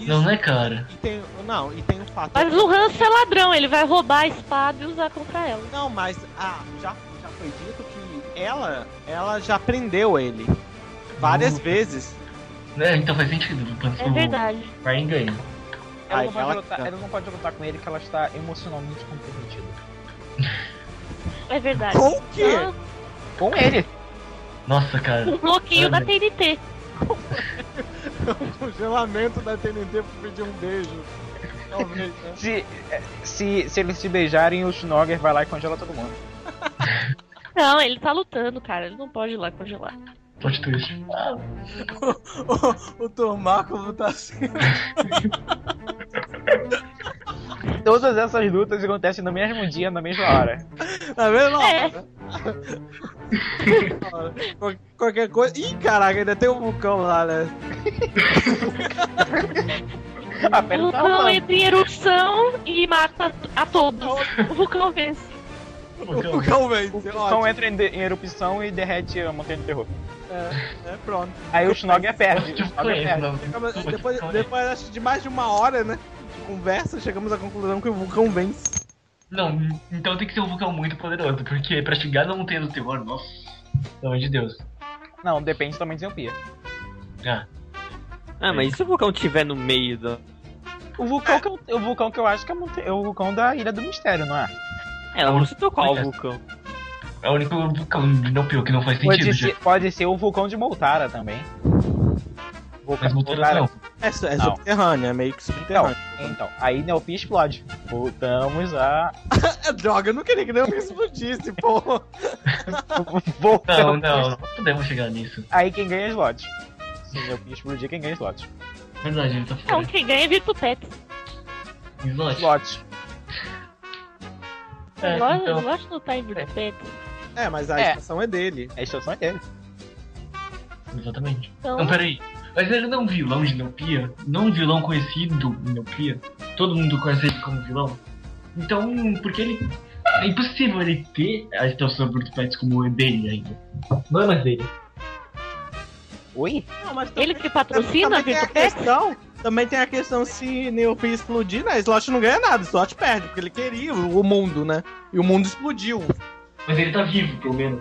Não, né, cara? E tem, não, e tem um fato. Mas o Hanso é ladrão, ele vai roubar a espada e usar contra ela. Não, mas ah, já, já foi dito que ela, ela já prendeu ele várias Hum. vezes. Né, então faz sentido. É verdade. O Brian ganha. Ela, Ai, não pode ela- lutar, ela não pode lutar com ele que ela está emocionalmente comprometida. É verdade. Com o quê? Ah, Com ele! Nossa, cara. Um bloqueio da Olha. TNT. O congelamento da TNT pra pedir um beijo. Talvez, né? Se, é, se, se eles se beijarem, o Schnorger vai lá e congela todo mundo. Não, ele tá lutando, cara. Ele não pode ir lá congelar. Plot twist. Ah, o, o Tomaco tá assim. Todas essas lutas acontecem no mesmo dia, na mesma hora. Tá vendo? É. Qual- Qualquer coisa. Ih, caraca, ainda tem um vulcão lá, né? A É, O pele tá vulcão rolando. entra em erupção e mata a todos. O vulcão vence. O fogão. vulcão vem. O som entra em, de- em erupção e derrete a montanha de terror. É, é, pronto. Aí o Schnorger perde. O Eu Schnorger perde. Fica- É, mas conheço, Depois, não. depois acho, de mais de uma hora, né? De conversa, chegamos à conclusão que o vulcão vence. Não, então tem que ser um vulcão muito poderoso, porque pra chegar na montanha do terror, nossa, pelo amor de Deus. Não, depende do tamanho de Zelpia. Ah, Ah, mas e se o vulcão tiver no meio do. O vulcão, que eu, o vulcão que eu acho que é, a monta- é o vulcão da Ilha do Mistério, não é? Ela não citou qual Olha. vulcão. é o único vulcão não pior que não faz sentido, Pode já. ser, pode ser o vulcão de Moltara também. Vulcão Mas de montanha não. É, su- é Não. subterrâneo, é meio que Então, subterrâneo. então, aí Neopia explode. Voltamos a. É droga, eu não queria que nem eu explodisse, pô. Não, Voltamos. não, não podemos chegar nisso. Aí quem ganha é slot. Se Neopia explodir, quem ganha é slot. Verdade, ele tá Então, fora. quem ganha é Virtu Pets. Slot. Slot. É, Lógico então, lógico que não tá em Virtu Pets. É, mas a É. estação é dele. A estação é dele. exatamente. Então, Não, peraí. Mas ele não é um vilão de Neopia? Não um vilão conhecido de Neopia? Todo mundo conhece ele como vilão? Então, porque ele... É impossível ele ter a estação Bruto Pets como é dele ainda. Não é mais dele. Oi? Não, mas ele que patrocina também tem a a Virtu Pets? questão. Também tem a questão se Neopia explodir, né? Slot não ganha nada, Slot perde, porque ele queria o o mundo, né? E o mundo explodiu. Mas ele tá vivo, pelo menos.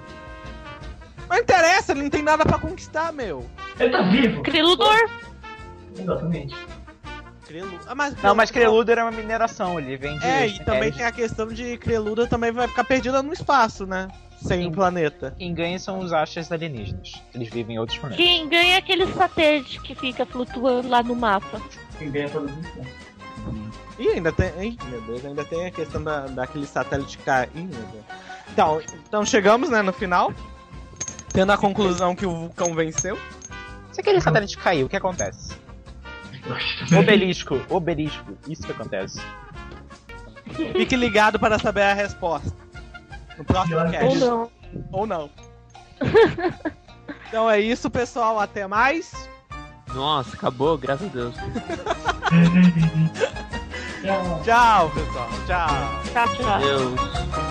Mas não interessa, ele não tem nada pra conquistar, meu. Ele tá vivo! Creludor. Exatamente. Creludo. Ah, mas, Não, mas Creludo era uma mineração, ele vende. É, e também tem a questão de Creluda também vai ficar perdida no espaço, né? Sem Sim. o planeta. Quem ganha são os achas alienígenas. Eles vivem em outros planetas. Quem ganha é aquele satélite que fica flutuando lá no mapa. Quem ganha todas as instâncias. E ainda tem. Ih, meu Deus, ainda tem a questão da, daquele satélite cair. Ih, meu Deus. Então, então chegamos, né, no final. Tendo a conclusão que o vulcão venceu. Se aquele satélite caiu, o que acontece? Obelisco, obelisco, isso que acontece. Fique ligado para saber a resposta. No próximo Ou Ou cast. não. Ou não. então é isso, pessoal. Até mais. Nossa, acabou, graças a Deus. Tchau. Tchau, pessoal. Tchau. tá Tchau, tchau. Deus.